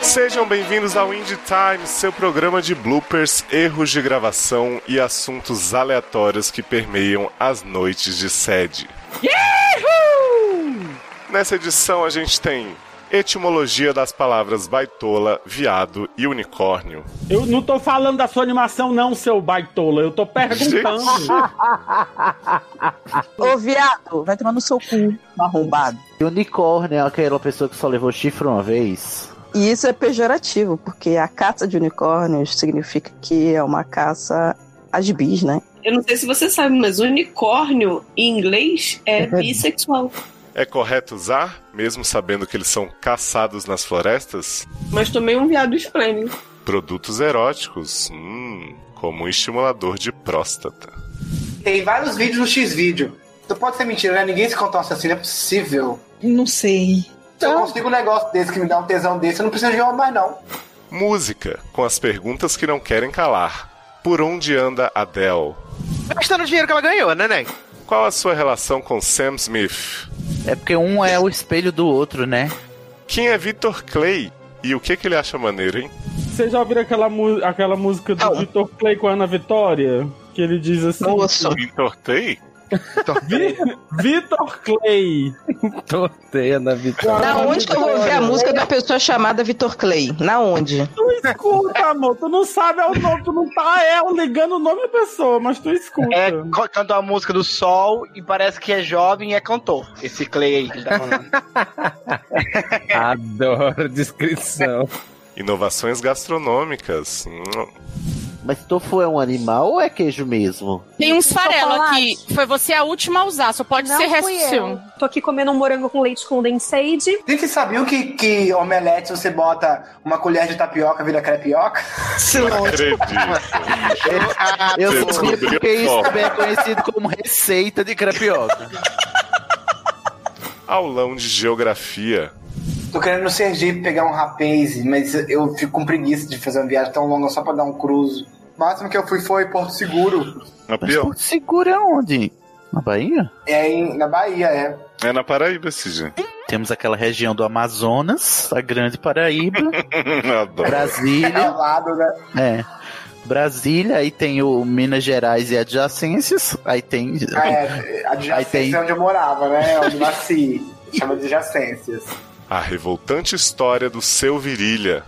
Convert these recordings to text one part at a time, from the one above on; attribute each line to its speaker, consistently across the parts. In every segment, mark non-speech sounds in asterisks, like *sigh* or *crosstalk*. Speaker 1: Sejam bem-vindos ao Indie Times, seu programa de bloopers, erros de gravação e assuntos aleatórios que permeiam as noites de sede. Nessa edição a gente tem etimologia das palavras baitola, viado e unicórnio.
Speaker 2: Eu não tô falando da sua animação, não, seu baitola. Eu tô perguntando.
Speaker 3: Ô, viado, vai tomar no seu cu, arrombado.
Speaker 4: Unicórnio é aquela pessoa que só levou chifre uma vez.
Speaker 3: E isso é pejorativo, porque a caça de unicórnios significa que é uma caça às bis, né?
Speaker 5: Eu não sei se você sabe, mas unicórnio em inglês é bissexual.
Speaker 1: É correto usar, mesmo sabendo que eles são caçados nas florestas?
Speaker 5: Mas
Speaker 6: é
Speaker 5: tomei um viado espreme.
Speaker 1: Produtos eróticos, hum, como um estimulador de próstata.
Speaker 7: Tem vários vídeos no X-Vídeo. Não pode ser mentira, né? Ninguém se conta um assassino, é possível.
Speaker 8: Não sei.
Speaker 7: Se
Speaker 4: Ah.
Speaker 7: eu consigo um negócio desse que me dá um tesão desse, eu não preciso de homem mais, não.
Speaker 1: Música, com as perguntas que não querem calar. Por onde anda Adele?
Speaker 9: Tá gastando o dinheiro que ela ganhou, né, Nen?
Speaker 1: Qual a sua relação com Sam Smith?
Speaker 4: É porque um é o espelho do outro, né?
Speaker 1: Quem é Victor Clay? E o que, que ele acha maneiro, hein?
Speaker 2: *laughs* Vocês já ouviram aquela, mu- aquela música do Vitor Clay com a Ana Vitória? Que ele diz assim:
Speaker 3: Nossa.
Speaker 1: Victor
Speaker 9: *laughs*
Speaker 1: Clay?
Speaker 2: "Vi- Vitor Clay.
Speaker 10: Torteia na vitória.
Speaker 3: Na onde que eu vou ver a música da pessoa chamada Vitor Clay? Na onde?
Speaker 2: Tu escuta, amor. Tu não sabe é o nome. Tu não tá é, ligando o nome da pessoa, mas tu escuta.
Speaker 9: É, co- cantou a música do Sol e parece que é jovem e é cantor. Esse Clay aí que ele tá falando.
Speaker 10: Adoro a descrição.
Speaker 1: *laughs* Inovações gastronômicas. Hum,
Speaker 4: Mas tofu é um animal ou é queijo mesmo?
Speaker 11: Tem uns farelo
Speaker 12: Chocolate.
Speaker 11: aqui. Foi você a última a usar, só pode ser
Speaker 12: fui
Speaker 11: resto.
Speaker 12: eu. Tô aqui comendo um morango com leite condensade.
Speaker 7: *laughs* Gente, vocês sabiam que, que omelete, se você bota uma colher de tapioca, vira crepioca?
Speaker 1: não acredito.
Speaker 4: é Eu
Speaker 1: você
Speaker 4: sabia
Speaker 1: descobriu
Speaker 4: porque isso
Speaker 1: só.
Speaker 4: também é conhecido como receita de crepioca.
Speaker 1: Aulão de geografia.
Speaker 7: Tô querendo no Sergipe pegar um rapaz, mas eu fico com preguiça de fazer uma viagem tão longa só pra dar um cruzo. O máximo que eu fui foi Porto Seguro,
Speaker 4: Mas
Speaker 1: Campeão?
Speaker 4: Porto Seguro é onde? Na Bahia?
Speaker 7: é em, na Bahia, é.
Speaker 1: É na Paraíba esse dia.
Speaker 4: Temos aquela região do Amazonas, a Grande Paraíba,
Speaker 1: *laughs* Adoro.
Speaker 7: É
Speaker 4: Brasília.
Speaker 7: ao lado, né?
Speaker 4: É. Brasília, aí tem o Minas Gerais e adjacências, aí tem.
Speaker 7: Ah, é,
Speaker 4: Aí tem-
Speaker 7: adjacência é onde eu morava, né? Onde eu nasci. Chama de adjacências.
Speaker 1: A revoltante história do seu virilha.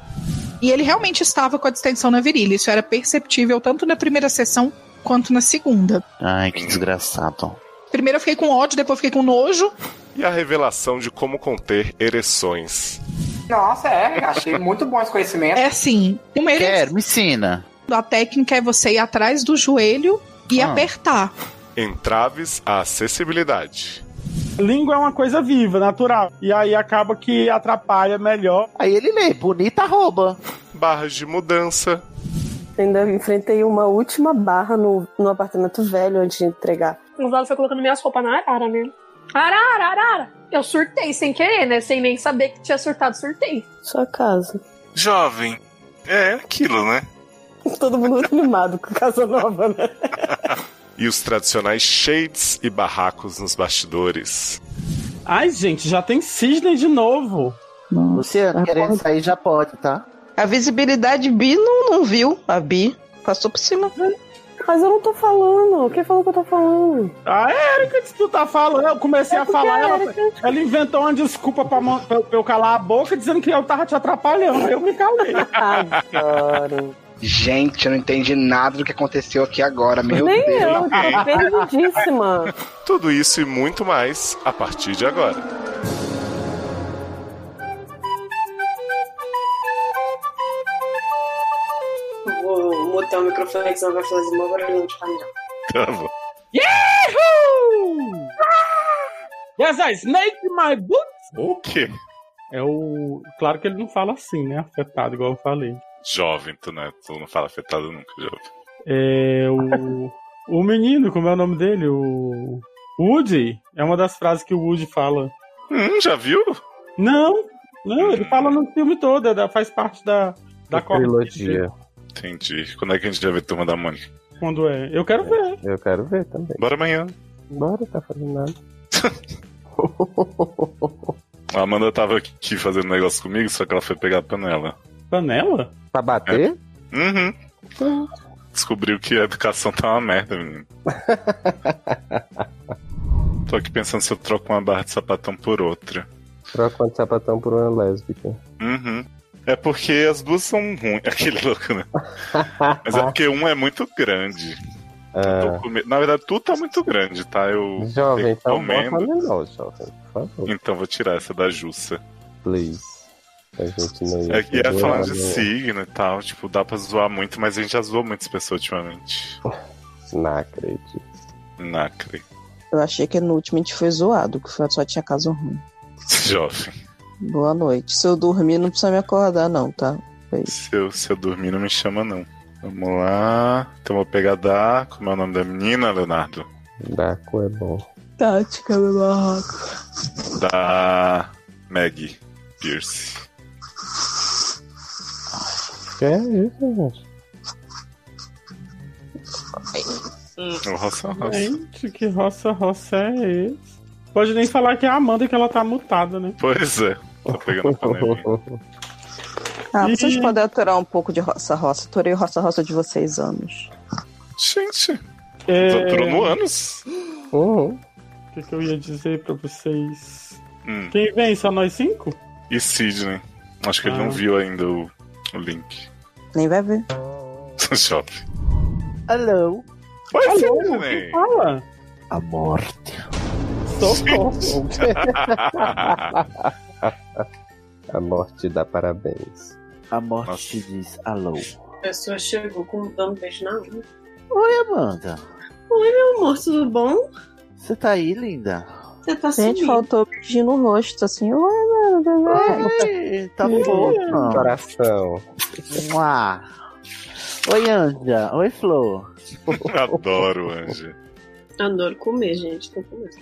Speaker 8: E ele realmente estava com a distensão na virilha. Isso era perceptível tanto na primeira sessão quanto na segunda.
Speaker 4: Ai, que desgraçado.
Speaker 8: Primeiro eu fiquei com ódio, depois eu fiquei com nojo.
Speaker 1: E a revelação de como conter ereções.
Speaker 7: Nossa, é. Achei muito bom esse conhecimento.
Speaker 8: É assim, uma ereção.
Speaker 4: Quero, me ensina.
Speaker 8: A técnica é você ir atrás do joelho e
Speaker 4: Ah.
Speaker 8: apertar.
Speaker 1: Entraves à acessibilidade.
Speaker 2: Língua é uma coisa viva, natural. E aí acaba que atrapalha melhor.
Speaker 4: Aí ele lê, bonita rouba.
Speaker 1: Barras de mudança.
Speaker 6: Ainda enfrentei uma última barra no, no apartamento velho antes de entregar.
Speaker 12: O Gonzalo foi colocando minhas roupas na arara, né? Arara, arara. Eu surtei sem querer, né? Sem nem saber que tinha surtado, surtei.
Speaker 6: Sua casa.
Speaker 1: Jovem. É aquilo, né?
Speaker 6: Todo mundo muito animado com casa nova, né?
Speaker 1: E os tradicionais shades e barracos nos bastidores.
Speaker 2: Ai, gente, já tem cisne de novo.
Speaker 4: Luciano,
Speaker 6: Tá
Speaker 4: querendo
Speaker 6: bom.
Speaker 4: sair já pode, tá?
Speaker 3: A visibilidade bi não, não viu. A bi passou por cima.
Speaker 6: Mas eu não tô falando. Quem falou que eu tô falando?
Speaker 2: É A Erika disse que tu tá falando. Eu comecei a falar, ela, ela inventou uma desculpa pra, mon- pra eu- pra eu calar a boca, dizendo que eu tava te atrapalhando. Eu me calei.
Speaker 6: Adoro.
Speaker 9: Gente, eu não entendi nada do que aconteceu aqui agora, meu
Speaker 6: Nem
Speaker 9: Deus.
Speaker 6: eu,
Speaker 5: Ah,
Speaker 6: tô perdidíssima.
Speaker 1: Tudo isso e muito mais a partir de agora.
Speaker 5: ah. Vou botar o microfone que senão vai fazer uma barulhinha de panela.
Speaker 1: Tá bom.
Speaker 2: Ah! Yes, I snake in my boot.
Speaker 1: O quê?
Speaker 2: É o. Claro que ele não fala assim, né? Afetado, igual eu falei.
Speaker 1: Jovem, tu, né? tu não fala afetado nunca, jovem.
Speaker 2: É
Speaker 1: *laughs*
Speaker 2: o. o menino, como é o nome dele? O. Woody. É uma das frases que o Woody fala.
Speaker 1: Hum, já viu? Hum.
Speaker 2: Não, não, ele fala no filme todo, é da- faz parte da. Da
Speaker 10: trilogia.
Speaker 1: Entendi. Quando é que a gente já vê Turma da Mônica?
Speaker 2: Quando é? Eu quero ver.
Speaker 10: Eu quero ver também.
Speaker 1: Bora amanhã.
Speaker 10: Bora, tá fazendo nada.
Speaker 1: A Amanda tava aqui fazendo negócio comigo, só que ela foi pegar a panela.
Speaker 2: Panela?
Speaker 7: Pra bater?
Speaker 1: É. Uhum. Descobriu que a educação tá uma merda,
Speaker 7: *laughs*
Speaker 1: menino. Tô aqui pensando se eu troco uma barra de sapatão por outra.
Speaker 7: Troca um sapatão por uma lésbica.
Speaker 1: Uhum. É porque as duas são ruins. *laughs* Aquele louco,
Speaker 7: *laughs*
Speaker 1: né? Mas é porque um é muito grande. Eu tô com medo- Na verdade, tudo tá muito grande, tá? Eu
Speaker 7: É. Jovem, então
Speaker 1: recomendo.
Speaker 7: bota menor, jovem, por favor.
Speaker 1: Então vou tirar essa da Jussa.
Speaker 7: Please. A gente não né?
Speaker 1: É, e é falando de
Speaker 7: si.
Speaker 1: signo e tal, tipo, dá pra zoar muito, mas a gente já zoou muitas pessoas ultimamente.
Speaker 7: Não acredito.
Speaker 1: Nacre.
Speaker 3: Eu achei que no último a gente foi zoado, que foi- só tinha caso ruim.
Speaker 1: *laughs* Jovem.
Speaker 3: Boa noite. Se eu dormir, não precisa me acordar, não, tá?
Speaker 7: É
Speaker 1: Se eu, se eu dormir, não me chama, não. Vamos lá. Então vou pegar da. Como é o nome da menina, Leonardo?
Speaker 7: Daco é bom.
Speaker 3: Tática do barraco.
Speaker 1: Da. Maggie Pierce.
Speaker 7: Que é isso, gente?
Speaker 1: O roça, roça.
Speaker 7: Hum.
Speaker 2: Gente, que roça, roça é esse? Pode nem falar que é a Amanda que ela tá mutada, né?
Speaker 1: Pois é. Tá pegando a panelinha.
Speaker 7: *laughs*
Speaker 3: Ah, vocês podem aturar um pouco de roça-roça. Aturei o roça-roça de vocês anos.
Speaker 1: Gente.
Speaker 2: É...
Speaker 1: Doutorou no ânus?
Speaker 2: Uhum. O que, que eu ia dizer pra vocês?
Speaker 1: Hum.
Speaker 2: Quem vem? Só nós cinco?
Speaker 1: E Sidney. Acho que ele
Speaker 2: Ah.
Speaker 1: não viu ainda o, o link. *laughs*
Speaker 3: Nem vai ver.
Speaker 1: Jovem.
Speaker 2: Alô?
Speaker 1: Oi,
Speaker 2: Alô,
Speaker 1: né, Sidney.
Speaker 2: quem fala?
Speaker 4: A morte.
Speaker 2: Socorro.
Speaker 7: *laughs* A morte dá parabéns.
Speaker 4: A morte te diz alô.
Speaker 6: A pessoa chegou com dando um beijo na unha.
Speaker 4: Oi, Amanda.
Speaker 6: Oi, meu amor, tudo bom?
Speaker 4: Você tá aí, linda?
Speaker 6: Você tá
Speaker 3: Gente, faltou um beijinho no rosto, assim. Ué, mano,
Speaker 4: bebê. Tá fofa.
Speaker 7: Coração.
Speaker 4: Mua. Oi, Anja. Oi, Flor.
Speaker 1: Adoro, Anja.
Speaker 6: Adoro comer, gente. Tô com medo.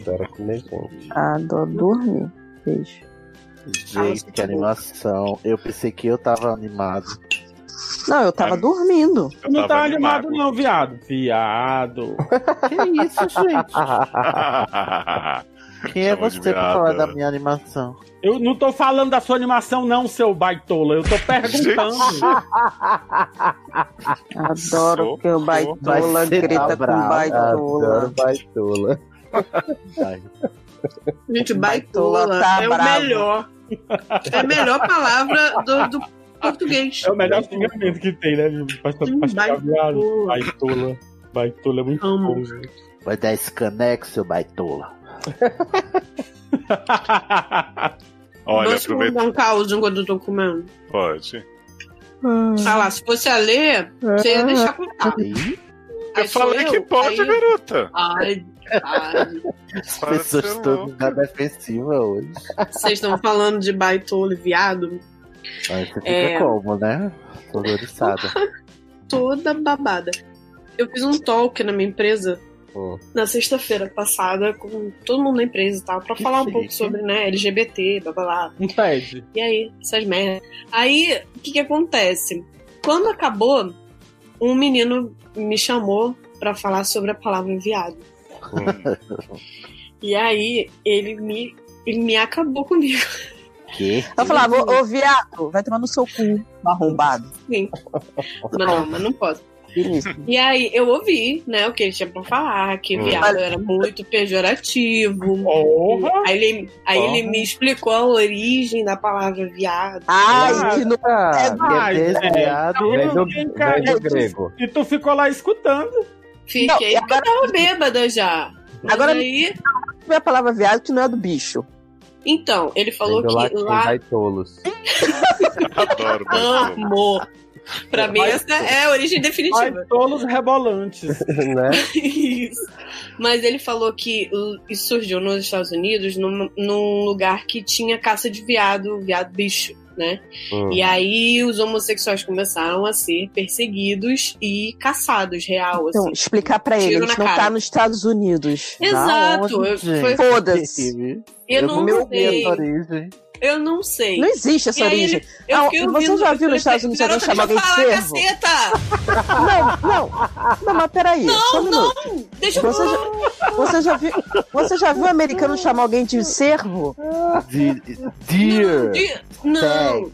Speaker 7: Adoro comer gente.
Speaker 3: Adoro dormir. Ah, Beijo.
Speaker 4: Gente, que animação. Eu pensei que eu tava animado.
Speaker 3: Não, eu tava dormindo.
Speaker 2: Tu não tá animado, não, É viado.
Speaker 10: *laughs*
Speaker 2: Viado.
Speaker 4: Que isso,
Speaker 1: *laughs* gente?
Speaker 4: Quem é
Speaker 2: Chama de
Speaker 4: você pra
Speaker 2: viada.
Speaker 4: falar da minha animação?
Speaker 2: Eu não tô falando da sua animação, não, seu baitola.
Speaker 1: *laughs*
Speaker 2: Eu tô perguntando.
Speaker 3: *laughs* Adoro que o baitola
Speaker 4: Vai ser
Speaker 3: grita com
Speaker 4: brava.
Speaker 3: baitola.
Speaker 7: Adoro baitola.
Speaker 6: Gente, baitola,
Speaker 3: Baitola tá
Speaker 6: é
Speaker 3: brava.
Speaker 6: o melhor. É a melhor palavra do, do português.
Speaker 2: É o melhor xingamento que tem, né? Pra, pra, pra xingar viado. Baitola. Baitola é muito bom, gente.
Speaker 4: Vai dar esse caneco, seu baitola.
Speaker 1: Olha,
Speaker 6: Posso
Speaker 1: aproveita.
Speaker 6: mandar um caos enquanto eu tô comendo?
Speaker 1: Pode.
Speaker 6: Ah lá, se fosse a ler, você ia deixar contar.
Speaker 1: Eu falei que pode, garota.
Speaker 6: Ai, ai.
Speaker 4: As pessoas estão na defensiva hoje.
Speaker 6: Vocês estão falando de baitola e viado?
Speaker 4: Aí você fica
Speaker 6: É.
Speaker 4: como, né?
Speaker 3: *laughs*
Speaker 4: Horrorizada.
Speaker 6: Toda babada. Eu fiz um talk na minha empresa
Speaker 4: Hum.
Speaker 6: na sexta-feira passada com todo mundo da empresa e tal, pra falar um
Speaker 2: chique.
Speaker 6: pouco sobre, né, LGBT, blá blá blá.
Speaker 2: Um TED.
Speaker 6: E aí, essas merdas. Aí, o que que acontece? Quando acabou, um menino me chamou pra falar sobre a palavra viado. E aí, ele me, ele me acabou comigo.
Speaker 4: que?
Speaker 3: Eu falava, ô, ô, viado, vai tomar no seu cu, arrombado.
Speaker 6: Sim. Mas não, mas não posso. E aí, eu ouvi, né, o que ele tinha pra falar, que
Speaker 3: Hum.
Speaker 6: viado era muito pejorativo. Aí, ele, aí
Speaker 4: Porra.
Speaker 6: ele me explicou a origem da palavra viado.
Speaker 3: Ai, que não
Speaker 6: Ah,
Speaker 3: é
Speaker 2: Ai, velho.
Speaker 7: Vem do,
Speaker 2: Vem cá,
Speaker 7: vem do
Speaker 2: gente.
Speaker 7: grego.
Speaker 2: E tu ficou lá escutando.
Speaker 6: Fiquei,
Speaker 3: Não, e é
Speaker 6: porque eu tava bêbada já. Mas
Speaker 3: Agora- é
Speaker 6: aí,
Speaker 3: Minha palavra viado que não é do bicho.
Speaker 6: então, ele falou
Speaker 7: Vem do
Speaker 6: que
Speaker 7: latim,
Speaker 6: lá...
Speaker 7: vai tolos.
Speaker 1: *laughs* Adoro, baitola.
Speaker 6: Amo! Pra mim, essa é a origem definitiva.
Speaker 2: Baitolos rebolantes.
Speaker 7: né?
Speaker 6: Isso. Mas ele falou que uh, isso surgiu nos Estados Unidos num, num lugar que tinha caça de viado, viado bicho, né?
Speaker 13: Hum.
Speaker 6: E aí os homossexuais começaram a ser perseguidos e caçados, real,
Speaker 3: Então,
Speaker 6: assim.
Speaker 3: explicar pra ele,
Speaker 6: Tiro
Speaker 3: a gente
Speaker 6: na
Speaker 3: não
Speaker 6: cara.
Speaker 3: tá nos Estados Unidos.
Speaker 6: Exato, Da onde, eu- foi- gente?
Speaker 3: Foda-se.
Speaker 6: Eu não
Speaker 4: meu
Speaker 6: sei.
Speaker 4: Deus, origem.
Speaker 6: Eu não sei.
Speaker 3: Então, Não existe essa
Speaker 6: E aí,
Speaker 3: origem.
Speaker 6: eu
Speaker 3: Ah,
Speaker 6: fiquei
Speaker 3: você
Speaker 6: ouvindo,
Speaker 3: já
Speaker 6: eu
Speaker 3: viu
Speaker 6: falei,
Speaker 3: nos Estados Unidos alguém
Speaker 6: "Garota,
Speaker 3: chamado
Speaker 6: deixa
Speaker 3: de
Speaker 6: eu falar,
Speaker 3: servo? Não, não. Não, mas peraí.
Speaker 6: Não,
Speaker 3: só um
Speaker 6: não,
Speaker 3: minuto.
Speaker 6: deixa eu
Speaker 3: você
Speaker 6: falar.
Speaker 3: já, você já viu Você já viu americano chamar alguém de servo?
Speaker 4: De, dear.
Speaker 6: De- Não,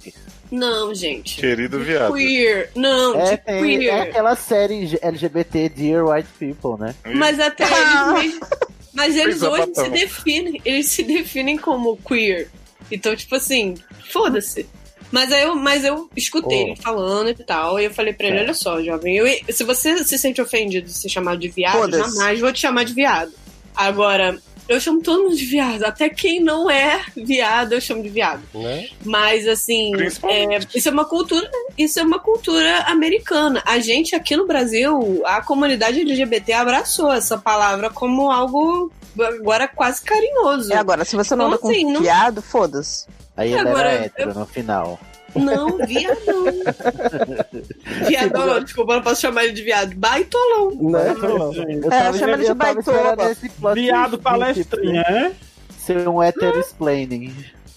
Speaker 6: não, gente.
Speaker 2: Né?
Speaker 1: Querido viado.
Speaker 6: Queer. Não,
Speaker 4: é,
Speaker 6: de
Speaker 4: tem- é
Speaker 6: queer.
Speaker 4: aquela série LGBT Dear White People, né?
Speaker 6: Mas é até eles mesmos- Mas eles
Speaker 4: Pois é,
Speaker 6: hoje
Speaker 4: Batão.
Speaker 6: se definem. Eles se definem como queer. Então, tipo assim, foda-se. Mas aí eu, mas eu escutei
Speaker 3: Oh.
Speaker 6: ele falando e tal. E eu falei pra ele:
Speaker 3: É.
Speaker 6: olha só, jovem, eu- se você se sente ofendido de ser chamado de viado,
Speaker 3: Foda-se.
Speaker 6: jamais vou te chamar de viado. Agora, eu chamo todo mundo de viado. Até quem não é viado, eu chamo de viado.
Speaker 14: Né?
Speaker 6: Mas assim, é, isso é uma cultura, isso é uma cultura americana. A gente aqui no Brasil, a comunidade LGBT abraçou essa palavra como algo agora quase carinhoso.
Speaker 3: É agora, se você não
Speaker 6: Então,
Speaker 3: anda com
Speaker 6: assim, não-
Speaker 3: viado, foda-se.
Speaker 4: Aí ela
Speaker 6: Agora,
Speaker 4: era hétero no final.
Speaker 6: Não,
Speaker 3: *laughs*
Speaker 6: viadão. Viadão, não, desculpa, eu não posso chamar ele de viado. Baitolão.
Speaker 4: Né? Não,
Speaker 2: É, chama ele de baitola. Viado palestrinha, é?
Speaker 4: Ser um hétero explaining.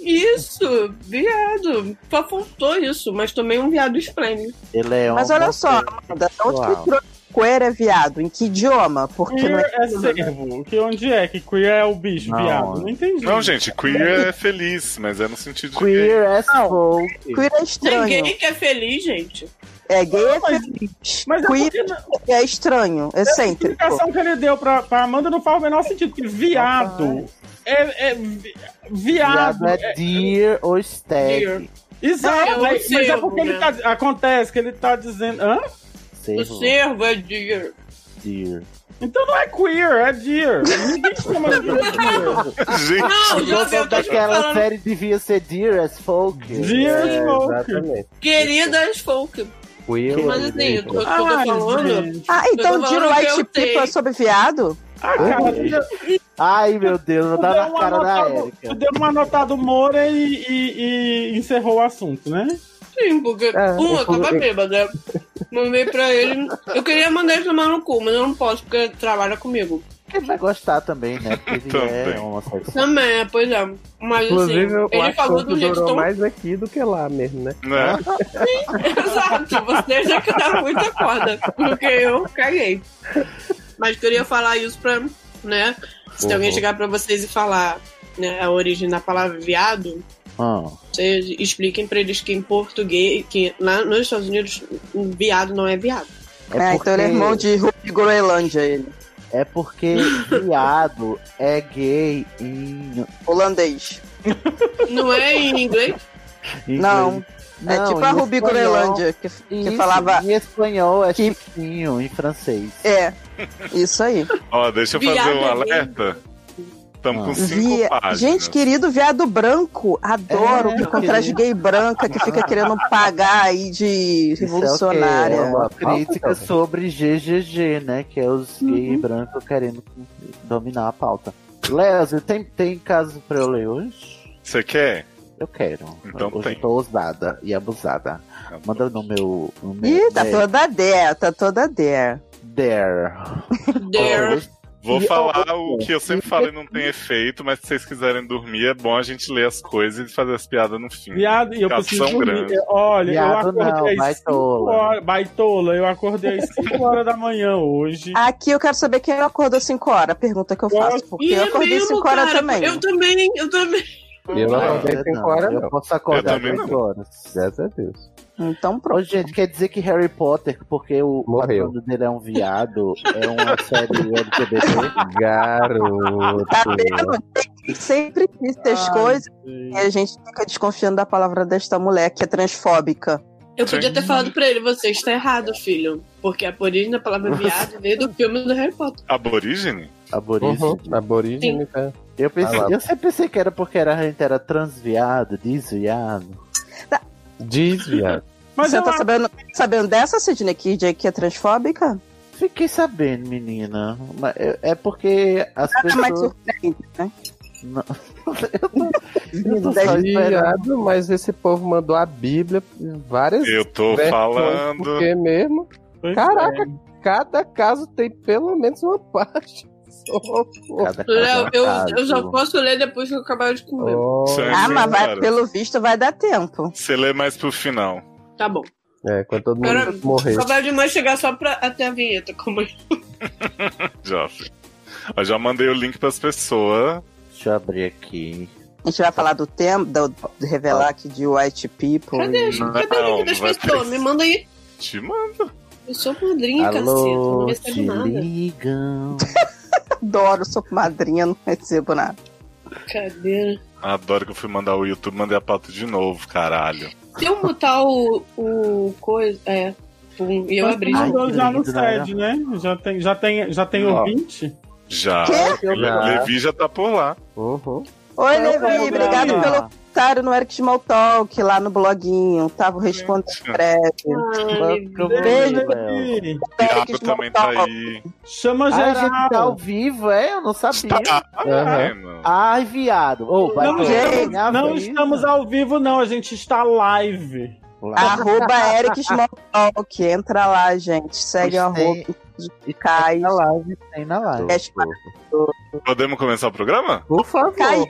Speaker 6: Isso, viado. Só faltou isso, mas tomei um viado esplêndido.
Speaker 4: Ele é
Speaker 3: Mas
Speaker 4: um
Speaker 14: Então,
Speaker 3: olha só, Amanda, onde que trouxe queer é viado? Em que idioma? Porque não
Speaker 2: Queer
Speaker 3: é...
Speaker 2: é servo. Que onde é? Que queer é o bicho, viado? Não entendi.
Speaker 1: Não, gente, queer é feliz, mas é no sentido de.
Speaker 4: Queer é
Speaker 3: Queer é estranho.
Speaker 6: Ninguém que é feliz, gente.
Speaker 3: É gay é feliz. Queer é estranho,
Speaker 2: A explicação
Speaker 3: excêntrico.
Speaker 2: que ele deu pra, pra Amanda não faz o menor sentido, porque viado é, é vi- viado.
Speaker 4: Viado é dear ou stag.
Speaker 2: Exato,
Speaker 6: É, é o
Speaker 2: mas, mas é
Speaker 6: servo,
Speaker 2: porque ele
Speaker 6: né?
Speaker 2: tá. Acontece que ele tá dizendo. Hã?
Speaker 6: O servo é dear.
Speaker 4: Dear.
Speaker 2: Então não é queer, é dear. Ninguém chama de queer.
Speaker 1: Gente,
Speaker 6: Não, jovem, eu tô
Speaker 4: daquela
Speaker 6: falando-
Speaker 4: série devia ser dear as folk. É,
Speaker 2: Dear as folk.
Speaker 4: Exatamente.
Speaker 6: Queridas folk.
Speaker 4: Queer
Speaker 6: Mas
Speaker 4: é
Speaker 6: assim, eu tô, eu tô
Speaker 2: Ai,
Speaker 6: falando.
Speaker 2: gente.
Speaker 3: Ah, então
Speaker 6: Eu tô
Speaker 3: Dear
Speaker 6: falando que
Speaker 3: White
Speaker 6: eu sei.
Speaker 3: People é sobre viado?
Speaker 2: Ah,
Speaker 4: Ai, meu Deus, eu
Speaker 2: Tu
Speaker 4: tava
Speaker 2: deu
Speaker 4: na
Speaker 2: uma
Speaker 4: cara da
Speaker 2: anotada-
Speaker 4: Erika.
Speaker 2: Tu deu uma notada um Moura e, e- e encerrou o assunto, né?
Speaker 6: Sim, porque
Speaker 3: É.
Speaker 6: um, eu tava
Speaker 2: eu-
Speaker 6: bêbada. Mandei pra ele. Eu queria mandar ele tomar no cu, mas eu não posso, porque ele trabalha comigo.
Speaker 4: Ele vai gostar também, né? Porque ele é homossexual.
Speaker 6: Também, é, pois é. Mas
Speaker 14: Inclusive,
Speaker 6: assim,
Speaker 14: o
Speaker 6: ele falou
Speaker 14: assunto
Speaker 6: do jeito
Speaker 14: durou
Speaker 6: tão. *laughs*
Speaker 14: mais aqui do que lá mesmo, né?
Speaker 2: Ah,
Speaker 6: Exato, você já que dá muita corda. Porque eu caguei. Mas queria falar isso pra. né? Se
Speaker 4: Uhum.
Speaker 6: alguém chegar pra vocês e falar né, a origem da palavra viado,
Speaker 4: Ah.
Speaker 6: vocês expliquem pra eles que em português, que lá nos Estados Unidos, um viado não é viado.
Speaker 3: É, então ele é irmão de Rupi Groenlândia, ele.
Speaker 4: É porque viado é gay em
Speaker 3: Holandês.
Speaker 6: Não é em inglês?
Speaker 4: inglês.
Speaker 3: Não. é
Speaker 4: Não,
Speaker 3: tipo a
Speaker 4: em
Speaker 3: Rubi
Speaker 4: espanhol.
Speaker 3: Groenlândia, que, que
Speaker 4: Isso,
Speaker 3: falava.
Speaker 4: Em espanhol é chiquinho, em francês. é
Speaker 3: É, isso aí.
Speaker 1: Ó, deixa eu fazer
Speaker 3: Viado
Speaker 1: um
Speaker 3: é
Speaker 1: alerta. Estamos com cinco
Speaker 3: Ah. Via-
Speaker 1: páginas.
Speaker 3: Gente, querido viado branco, adoro
Speaker 4: É,
Speaker 3: que encontrar as gay branca que fica querendo pagar aí de
Speaker 4: Isso é o quê?
Speaker 3: revolucionária.
Speaker 4: É uma crítica sobre GGG, né? Que é os gays
Speaker 3: Uhum.
Speaker 4: brancos querendo dominar a pauta. Léo, tem, tem caso pra eu ler hoje?
Speaker 1: Você quer?
Speaker 4: Eu quero.
Speaker 1: Então
Speaker 4: Hoje
Speaker 1: tem. Tá
Speaker 4: Eu tô ousada e abusada. Manda no meu. No meu
Speaker 3: Ih, tá
Speaker 4: meu-
Speaker 3: toda der, tá toda der.
Speaker 4: There.
Speaker 1: Vou
Speaker 3: E-
Speaker 1: falar
Speaker 3: oh,
Speaker 1: o que eu sempre falo e não tem efeito, mas se vocês quiserem dormir, é bom a gente ler as coisas e fazer as piadas no fim.
Speaker 2: Viado, e eu
Speaker 1: Caso
Speaker 2: preciso
Speaker 1: são
Speaker 2: dormir. É,
Speaker 1: grandes.
Speaker 2: Olha,
Speaker 1: Viado
Speaker 2: eu acordei
Speaker 1: não,
Speaker 2: às cinco
Speaker 1: baitola.
Speaker 2: horas. Baitola, eu acordei às 5 horas da manhã hoje.
Speaker 3: Aqui eu quero saber quem acordou 5 horas, pergunta que eu faço, *laughs* porque
Speaker 6: E
Speaker 3: eu
Speaker 6: é
Speaker 3: acordei
Speaker 6: mesmo,
Speaker 3: 5 horas
Speaker 6: cara,
Speaker 3: também.
Speaker 6: Eu também, eu também.
Speaker 14: Eu não acordei 5 horas, não.
Speaker 4: é Eu posso acordar
Speaker 14: também
Speaker 4: oito
Speaker 14: não.
Speaker 4: horas.
Speaker 14: Graças a Deus.
Speaker 3: Então
Speaker 4: pronto. gente, quer dizer que Harry Potter, porque o
Speaker 14: Morreu.
Speaker 4: patrono dele é um viado, é uma
Speaker 14: *laughs*
Speaker 4: série LGBT?
Speaker 14: Garoto.
Speaker 3: Tá vendo? Tem- Sempre existem as coisas e a gente fica desconfiando da palavra desta mulher que é transfóbica.
Speaker 6: Eu podia ter falado pra ele, você está errado, filho. Porque a origem da palavra viado veio do filme do
Speaker 14: *laughs*
Speaker 6: Harry Potter.
Speaker 1: Aborígene?
Speaker 4: Aborígene.
Speaker 14: Uhum,
Speaker 2: Uhum.
Speaker 14: Aborígene, tá?
Speaker 4: Eu, pensei,
Speaker 14: Ah, lá.
Speaker 4: eu sempre pensei que era porque era, a gente era transviado, desviado.
Speaker 14: Tá. Desviado.
Speaker 3: Você tá sabendo, sabendo dessa, Sidney Kid, que é transfóbica?
Speaker 4: Fiquei sabendo, menina. Mas eu- é porque
Speaker 3: Ah,
Speaker 4: as pessoas. Não. *laughs*
Speaker 14: Eu tô
Speaker 3: tá
Speaker 4: Desviado,
Speaker 14: desviado, mas esse povo mandou a Bíblia várias
Speaker 1: Eu tô
Speaker 14: versões,
Speaker 1: falando.
Speaker 5: é.
Speaker 14: Porque mesmo. Caraca, cada caso tem pelo menos uma *laughs* parte.
Speaker 5: Léo, eu, eu já posso ler depois que eu acabar de comer.
Speaker 14: Oh.
Speaker 3: Ah, mas vai- pelo visto vai dar tempo.
Speaker 1: Você lê mais pro final.
Speaker 5: Tá bom.
Speaker 10: É, quando todo
Speaker 5: Agora,
Speaker 10: mundo morrer.
Speaker 5: acabei de mais chegar só pra, até a vinheta. Como...
Speaker 1: Já, filho. Eu já mandei o link pras pessoas.
Speaker 4: Deixa eu abrir aqui.
Speaker 3: A gente vai falar do tempo, do, do
Speaker 1: Ah.
Speaker 3: revelar aqui de White People.
Speaker 5: Cadê?
Speaker 3: e-
Speaker 5: Cadê o link das pessoas? Então, Me manda aí.
Speaker 1: Te mando.
Speaker 5: Eu sou madrinha, caceta. Não recebo nada.
Speaker 4: ligam.
Speaker 3: *laughs* Adoro, sou madrinha, não recebo nada.
Speaker 5: Cadê?
Speaker 1: Adoro que eu fui mandar o YouTube, mandei a pauta de novo, caralho.
Speaker 5: Se eu botar o, o coisa. É. pum, e eu
Speaker 2: Mas
Speaker 5: abri.
Speaker 2: tu mandou já no
Speaker 1: Ai, doido,
Speaker 2: sede, né? Já tem, já tem, já tem
Speaker 1: Ó.
Speaker 2: ouvinte?
Speaker 1: Já.
Speaker 4: Ah,
Speaker 2: Quê?
Speaker 1: Le- Tá. Levi já tá por lá.
Speaker 10: Uhum.
Speaker 3: Oi,
Speaker 2: Não, não,
Speaker 3: Levi, obrigado
Speaker 1: não.
Speaker 3: pelo comentário no Eric Small Talk, lá no bloguinho. tá? Tava respondendo em breve. Beijo,
Speaker 2: Levi.
Speaker 1: Thiago também tá aí.
Speaker 2: Chama
Speaker 4: Ai,
Speaker 2: geral.
Speaker 4: gente, tá ao vivo, é? Eu não sabia.
Speaker 14: Tá.
Speaker 1: Ah, Aham.
Speaker 4: Ai, viado. Ô, vai
Speaker 2: Não,
Speaker 4: tomar
Speaker 2: estamos,
Speaker 4: minha
Speaker 2: não
Speaker 4: vida.
Speaker 2: estamos ao vivo, não. A gente está live.
Speaker 3: Arroba Eric Small Talk. Entra lá, gente. Segue o arroba de Caio. Na
Speaker 4: live, tem Tá na live.
Speaker 1: Podemos começar o programa?
Speaker 4: Tá Por favor.
Speaker 3: Tá Caiu.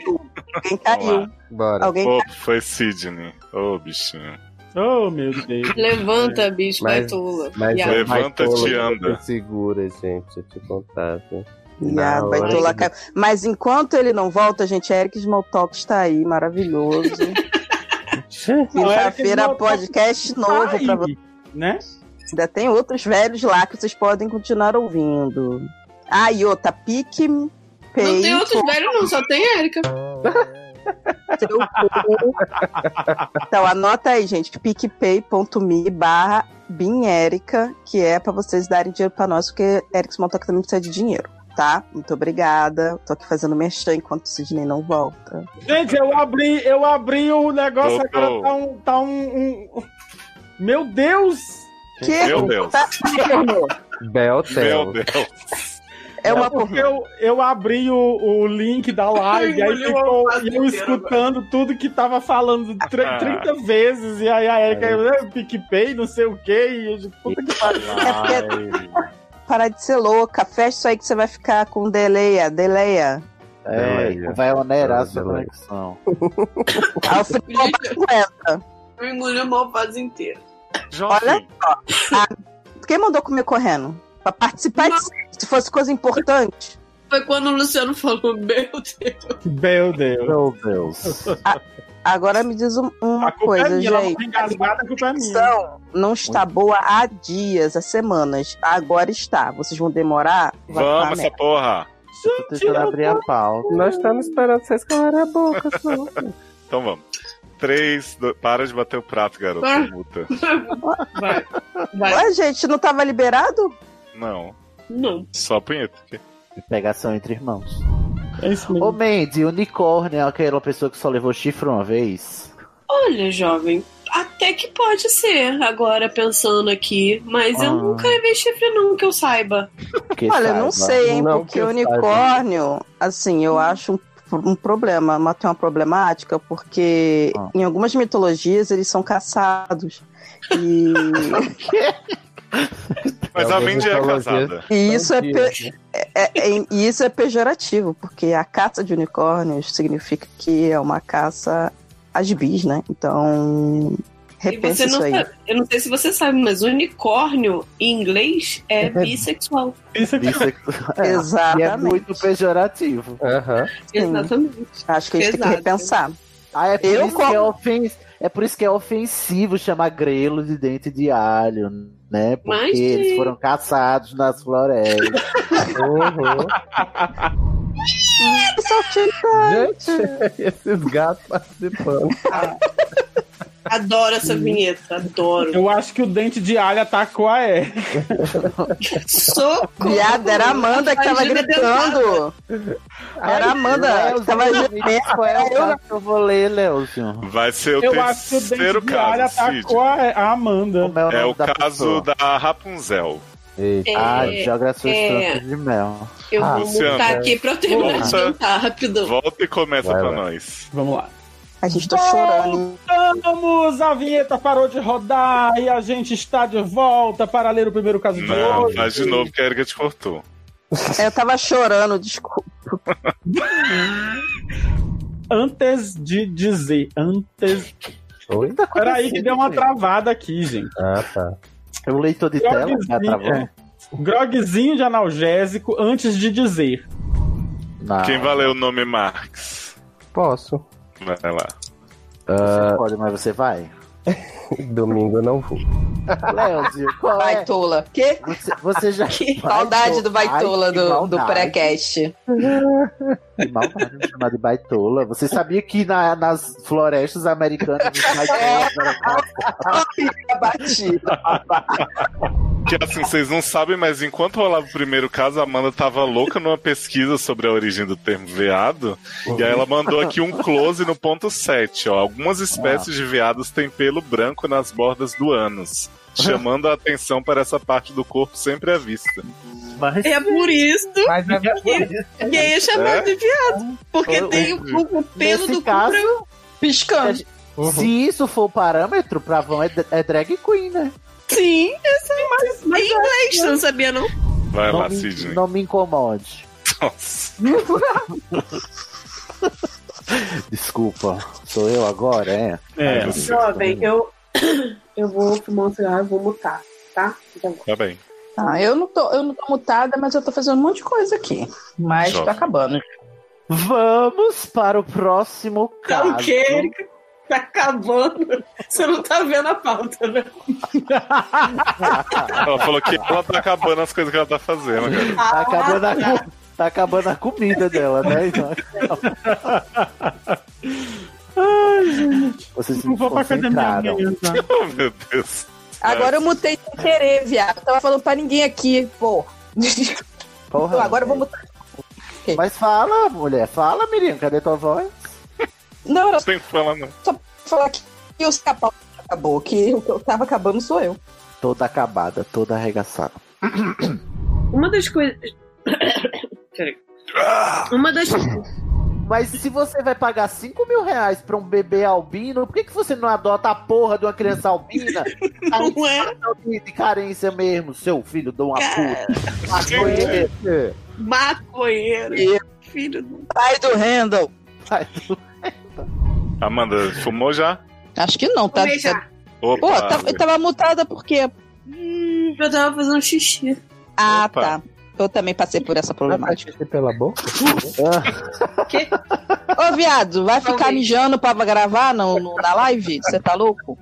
Speaker 3: Alguém caiu.
Speaker 10: Bora.
Speaker 3: tá Alguém tá-
Speaker 1: Ô,
Speaker 3: caiu.
Speaker 1: foi Sidney. Ô, bichinho.
Speaker 2: Oh, meu Deus.
Speaker 5: Levanta, bicho, vai tula.
Speaker 4: é
Speaker 5: Viado.
Speaker 10: é
Speaker 1: Levanta,
Speaker 4: né?
Speaker 1: te anda.
Speaker 10: Segura, gente, eu te contato.
Speaker 3: Viado, vai
Speaker 10: hora.
Speaker 3: tolar caiu. Mas enquanto ele não volta, gente, Eric Small Talk está aí, maravilhoso. Quinta-feira, podcast novo pra vocês.
Speaker 2: Né?
Speaker 3: Ainda tem outros velhos lá que vocês podem continuar ouvindo. Ah, e outra, pique.
Speaker 5: Não tem outros velhos, não, só tem
Speaker 3: *laughs*
Speaker 5: Érica.
Speaker 3: Então anota aí, gente, picpay.me barra binérica, que é pra vocês darem dinheiro pra nós, porque Eric Montoc também precisa de dinheiro, tá? Muito obrigada. Tô aqui fazendo merchan enquanto o Sidney não volta.
Speaker 2: Gente, eu abri, eu abri o negócio,
Speaker 3: Voltou.
Speaker 2: agora tá um. Tá um, um- Meu Deus!
Speaker 3: Que? Meu Deus. Tá-
Speaker 10: Beltel.
Speaker 2: É uma porque eu, eu abri o, o link da live, aí
Speaker 10: Engoliu a
Speaker 2: ficou
Speaker 10: frase
Speaker 2: eu
Speaker 10: inteira,
Speaker 2: escutando tudo que tava falando tre-
Speaker 10: Ah.
Speaker 2: 30 vezes, e aí a Erika, é. PicPay, não sei o quê, e eu digo, puta que pariu.
Speaker 7: É,
Speaker 3: É Parar de ser louca, fecha isso aí que você vai ficar com deleia, deleia.
Speaker 4: É, vai onerar a sua conexão.
Speaker 3: Alfredo Roberto
Speaker 5: Eu engoli a maior fase inteira.
Speaker 3: Olha só. Ah, quem mandou comer correndo? Pra participar disso, se fosse coisa importante.
Speaker 5: Foi quando o Luciano falou, meu Deus.
Speaker 2: Meu Deus.
Speaker 4: Meu Deus.
Speaker 3: Agora me diz um- uma
Speaker 2: É
Speaker 3: coisa,
Speaker 2: minha, ela
Speaker 3: gente.
Speaker 2: tá engasgada, a culpa é minha.
Speaker 3: Então, não está boa há dias, há semanas. Agora está. Vocês vão demorar? Vai pra
Speaker 1: Vamos, essa
Speaker 3: merda.
Speaker 1: porra.
Speaker 4: Eu tô tentando abrir a pauta.
Speaker 6: Nós estamos esperando vocês calarem a boca, senão.
Speaker 1: Então vamos. Três, dois... Para de bater o prato, garoto.
Speaker 3: Ah.
Speaker 1: Muta.
Speaker 5: Vai.
Speaker 3: Ué, gente, não estava liberado?
Speaker 1: Não.
Speaker 5: Não.
Speaker 1: Só a punheta. aqui.
Speaker 4: Pegação entre irmãos.
Speaker 2: É isso
Speaker 4: Ô, Mandy, unicórnio é aquela pessoa que só levou chifre uma vez?
Speaker 5: Olha, jovem, até que pode ser, agora pensando aqui, mas
Speaker 4: Ah.
Speaker 5: eu nunca levei chifre, não, que eu saiba.
Speaker 4: Que
Speaker 3: Olha, eu não
Speaker 4: saiba. Hum.
Speaker 3: sei, hein?
Speaker 4: Não que
Speaker 3: porque
Speaker 4: eu
Speaker 3: unicórnio, assim, eu acho um, um problema, uma, tem uma problemática, porque
Speaker 4: Ah.
Speaker 3: em algumas mitologias eles são caçados. E.
Speaker 4: *laughs*
Speaker 1: Mas a Mindy é
Speaker 10: mitologia.
Speaker 1: casada.
Speaker 3: E isso é,
Speaker 1: Doentio,
Speaker 3: pe- é- é- é- e isso é pejorativo, porque a caça de unicórnios significa que é uma caça às bis, né? Então,
Speaker 5: E você
Speaker 3: repensa
Speaker 5: não
Speaker 3: isso aí.
Speaker 5: sabe- eu não sei se você sabe, mas unicórnio em inglês é bissexual.
Speaker 4: *laughs* É, E é
Speaker 3: Exatamente.
Speaker 4: muito pejorativo.
Speaker 10: Aham.
Speaker 5: Exatamente.
Speaker 3: Acho que a gente tem que
Speaker 4: Exato.
Speaker 3: repensar.
Speaker 4: Ah, é por,
Speaker 3: Eu
Speaker 4: isso que é, ofens... é por isso que é ofensivo chamar grelo de dente de alho, né? Porque
Speaker 5: Mas,
Speaker 4: eles
Speaker 5: gente.
Speaker 4: foram caçados nas florestas. *laughs* uhum. um
Speaker 2: *laughs*
Speaker 10: Gente, esses gatos participando.
Speaker 5: Ah, Adoro essa vinheta, adoro.
Speaker 2: Eu acho que o dente de alha atacou a Erika.
Speaker 5: Socorro!
Speaker 3: Viado, era a Amanda que tava
Speaker 5: Imagina
Speaker 3: gritando. Era a Amanda que tava
Speaker 4: Qual é o
Speaker 3: gemendo.
Speaker 4: caso que eu vou ler, Leozinho?
Speaker 1: Vai ser o
Speaker 2: Eu acho que o
Speaker 1: terceiro
Speaker 2: dente de alha tá
Speaker 1: caso, Cid.
Speaker 2: atacou a, a Amanda.
Speaker 1: É o caso da Rapunzel.
Speaker 5: É,
Speaker 4: Ah, joga suas
Speaker 5: é.
Speaker 4: trancas de mel.
Speaker 5: Eu
Speaker 4: Ah,
Speaker 5: vou montar aqui pra eu terminar de
Speaker 1: volta.
Speaker 5: jantar, rapidão.
Speaker 1: Volta e começa
Speaker 4: Vai
Speaker 1: pra
Speaker 4: lá.
Speaker 1: nós.
Speaker 2: Vamos lá.
Speaker 3: A gente tá chorando.
Speaker 2: Voltamos! A vinheta parou de rodar e a gente está de volta para ler o primeiro caso de
Speaker 1: Não,
Speaker 2: hoje.
Speaker 1: faz de novo que a Erika te cortou.
Speaker 3: É, Eu tava chorando, desculpa.
Speaker 2: antes de dizer, antes.
Speaker 4: Oi?
Speaker 2: Peraí, que deu uma travada aqui, gente.
Speaker 4: Ah, tá. É um leitor de tela Ah, tá que já travou.
Speaker 2: é. Grogzinho de analgésico antes de dizer.
Speaker 4: Ah.
Speaker 1: Quem vai ler o nome Marx?
Speaker 10: Posso.
Speaker 1: Vai lá.
Speaker 4: Você pode, mas você vai.
Speaker 10: Ah. *laughs* Domingo eu não vou.
Speaker 4: Leozinho, qual é?
Speaker 3: Vai tola. Que?
Speaker 4: Você, você já.
Speaker 3: Que saudade do baitola
Speaker 4: Ai, que
Speaker 3: do, do
Speaker 4: maldade.
Speaker 3: pré-cast.
Speaker 4: Que maldade me chamar de baitola. Você sabia que na- nas florestas americanas os baitolas eram
Speaker 1: Que assim, vocês não sabem, mas enquanto rolava o primeiro caso, a Amanda tava louca numa pesquisa sobre a origem do termo veado. E aí ela mandou aqui um close no ponto 7, ó. Algumas espécies de veados têm pelo branco nas bordas do ânus, chamando a atenção para essa parte do corpo sempre à vista.
Speaker 5: É por isso
Speaker 3: né?
Speaker 5: que gay é chamado de viado. Porque
Speaker 4: Eu-
Speaker 5: tem o, o- o pelo
Speaker 4: Nesse
Speaker 5: do
Speaker 4: caso-
Speaker 5: cu piscando.
Speaker 4: Se isso for o parâmetro, pra vão é, é drag queen, né?
Speaker 5: Sim, essa é né? mais. Mas, em inglês, você não sabia, não?
Speaker 1: Vai
Speaker 4: não
Speaker 1: lá,
Speaker 4: me,
Speaker 1: Sidney.
Speaker 4: Não me incomode. Desculpa, sou eu agora, é?
Speaker 1: É.
Speaker 12: Jovem, eu, *coughs* eu vou fumar um cigarro e vou mutar, tá? Então,
Speaker 1: Tá bem.
Speaker 3: Ah, eu não, tô, eu não tô mutada, mas eu tô fazendo um monte de coisa aqui. Mas
Speaker 1: Jovem.
Speaker 3: tá acabando.
Speaker 4: Vamos para o próximo
Speaker 5: Tá o
Speaker 4: caso.
Speaker 5: quê, Erika? Tá acabando. Você não tá vendo a pauta, né?
Speaker 1: Ela falou que ela tá acabando as coisas que ela tá fazendo, cara.
Speaker 4: Tá acabando, a, co- tá acabando a comida dela, né? Então,
Speaker 2: Ai, gente.
Speaker 4: vocês se
Speaker 2: Não vou pra academia
Speaker 4: concentraram.
Speaker 2: amanhã, não.
Speaker 1: *laughs* Oh, meu Deus.
Speaker 3: Agora eu mutei sem querer, viado. Eu Tava falando pra ninguém aqui, pô. *laughs*
Speaker 4: Porra,
Speaker 3: Então, agora eu vou mutar.
Speaker 4: Mas fala, mulher, fala, Miriam, cadê tua voz?
Speaker 3: Não, eu
Speaker 1: Sem falar, não.
Speaker 3: só pra falar que o escapão acabou, que o que eu tava acabando sou eu.
Speaker 4: Toda acabada, toda arregaçada.
Speaker 5: Uma das coisas. Peraí. Uma das.
Speaker 4: Mas se você vai pagar 5 mil reais pra um bebê albino, por que, que você não adota a porra de uma criança albina?
Speaker 5: Não é?
Speaker 4: De de carência mesmo, seu filho de uma puta. Tá
Speaker 5: Gente.
Speaker 4: Maconheiro.
Speaker 5: Maconheiro. Filho do.
Speaker 3: Pai do Randall.
Speaker 4: Vai tu-
Speaker 1: Amanda, fumou já?
Speaker 3: Acho que não, tá?
Speaker 5: Fumei já.
Speaker 3: tá-
Speaker 1: Opa,
Speaker 3: Pô, eu tava- eu tava mutada porque.
Speaker 5: Hum, eu tava fazendo xixi.
Speaker 3: Ah,
Speaker 1: Opa.
Speaker 3: tá. Eu também passei por essa problemática.
Speaker 10: Vai pela boca?
Speaker 3: Ô, viado, vai ficar
Speaker 5: Talvez.
Speaker 3: mijando pra gravar no, no- na live? Você tá louco?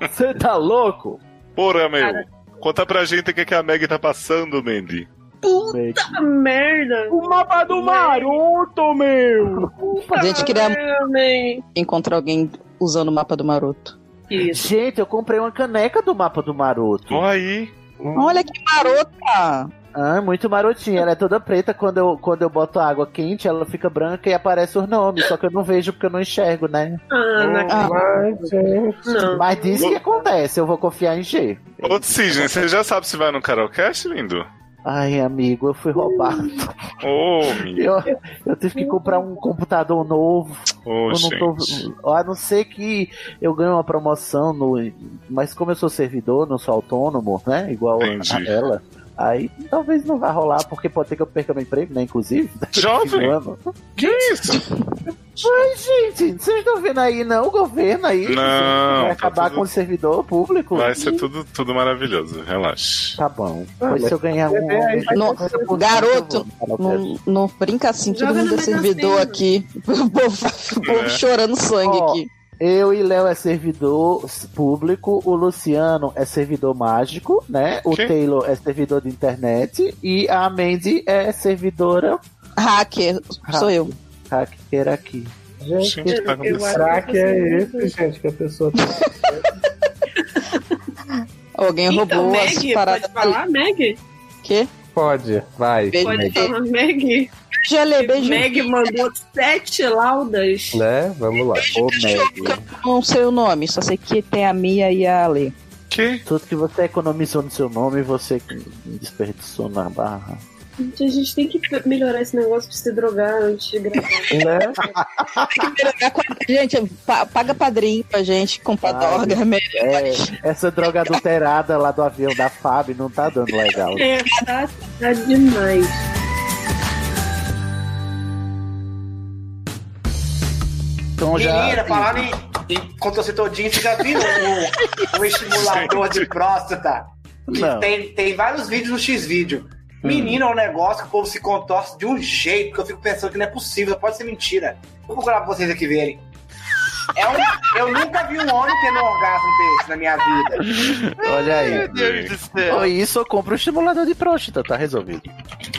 Speaker 4: Você tá louco?
Speaker 1: Porra, meu. Conta pra gente o que, que a Meg tá passando, Mandy.
Speaker 5: Puta merda.
Speaker 2: O mapa do maroto, meu!
Speaker 5: Puta
Speaker 3: Gente, queria-
Speaker 5: merda.
Speaker 3: Encontra alguém usando o mapa do maroto.
Speaker 5: Isso.
Speaker 4: Gente, eu comprei uma caneca do mapa do maroto.
Speaker 1: Vão aí. Hum.
Speaker 3: Olha que marota!
Speaker 4: Ah, muito marotinha. Ela é toda preta. Quando eu, quando eu boto água quente, ela fica branca e aparece os nomes. Só que eu não vejo porque eu não enxergo, né?
Speaker 5: Ah, não acredito.
Speaker 10: Ai, gente.
Speaker 5: Não.
Speaker 4: Mas diz que acontece. Eu vou confiar em G.
Speaker 1: Ô, Sidney, você já sabe se vai no Carolcast, lindo?
Speaker 4: Ai, amigo, eu fui roubado.
Speaker 1: Ô, menino.
Speaker 4: *laughs* Eu, eu tive que comprar um computador novo.
Speaker 1: Ô,
Speaker 4: Eu não tô-
Speaker 1: gente.
Speaker 4: a não ser que eu ganhe uma promoção, no, mas como eu sou servidor, não sou autônomo, né? Igual
Speaker 1: Entendi.
Speaker 4: a ela. Aí talvez não vá rolar, porque pode ter que eu perca meu emprego, né? Inclusive. *laughs*
Speaker 1: Jovem.
Speaker 4: No ano.
Speaker 1: Que isso?
Speaker 4: Ai, gente, vocês estão vendo aí, não? O governo aí.
Speaker 1: Não,
Speaker 4: Vai
Speaker 1: tá
Speaker 4: acabar
Speaker 1: tudo-
Speaker 4: com o
Speaker 1: *laughs*
Speaker 4: servidor público.
Speaker 1: Vai ser tudo, tudo maravilhoso, relaxa.
Speaker 4: Tá bom. Pois se eu ganhar um.
Speaker 5: É,
Speaker 3: Não, garoto,
Speaker 4: eu vou- um
Speaker 3: Não, não brinca assim, todo
Speaker 5: assim. Joga
Speaker 3: mundo
Speaker 5: na
Speaker 3: é
Speaker 5: Mega
Speaker 3: servidor
Speaker 5: Sena.
Speaker 3: aqui. *laughs* O povo, o povo
Speaker 1: É.
Speaker 3: chorando sangue
Speaker 4: Ó,
Speaker 3: aqui.
Speaker 4: Eu e Léo é servidor público, o Luciano é servidor mágico, né? O
Speaker 1: Sim.
Speaker 4: Taylor é servidor de internet e a Mandy é servidora
Speaker 3: Hacker, sou eu.
Speaker 4: hacker aqui.
Speaker 10: Gente,
Speaker 1: Gente, tá
Speaker 10: que
Speaker 1: acontecendo.
Speaker 10: craque é esse, gente, que a pessoa tá...
Speaker 3: Alguém
Speaker 5: Então,
Speaker 3: roubou as
Speaker 5: Maggie,
Speaker 3: paradas.
Speaker 5: pode falar, Maggie?
Speaker 3: Que?
Speaker 10: Pode, vai.
Speaker 3: Beijo.
Speaker 5: Pode
Speaker 10: Meg.
Speaker 5: falar, Maggie?
Speaker 3: Já lê, beijo.
Speaker 5: Maggie mandou sete laudas.
Speaker 10: Né? Vamos lá.
Speaker 4: Ô, Meg,
Speaker 3: Não sei o nome, só sei que tem a Mia e a É, Ale.
Speaker 1: Que?
Speaker 4: tudo que você economizou no seu nome, você desperdiçou na barra.
Speaker 5: Gente, a gente tem que melhorar esse negócio de se drogar antes de gravar.
Speaker 10: Né?
Speaker 3: Gente, pa- paga padrinho pra gente, compadorga,
Speaker 4: Ai,
Speaker 3: melhor.
Speaker 4: É, essa droga
Speaker 15: É.
Speaker 4: adulterada lá do avião da FAB não tá dando legal.
Speaker 5: É, tá, tá demais.
Speaker 4: Então já.
Speaker 7: Menina, falando em, em contorcitodinho, você já viu
Speaker 4: *laughs*
Speaker 7: o, o estimulador de próstata? Que
Speaker 4: Não. Hum.
Speaker 7: tem, tem vários vídeos no X-Vídeo. Menina, é um negócio que o povo se contorce de um jeito que eu fico pensando que não é possível, pode ser mentira. Vou procurar pra vocês aqui verem. É um- eu nunca vi um homem tendo um orgasmo desse na minha vida.
Speaker 4: Olha aí.
Speaker 7: Meu Deus do céu.
Speaker 4: Ou isso eu compro um estimulador de próstata, tá
Speaker 7: *laughs*
Speaker 4: resolvido.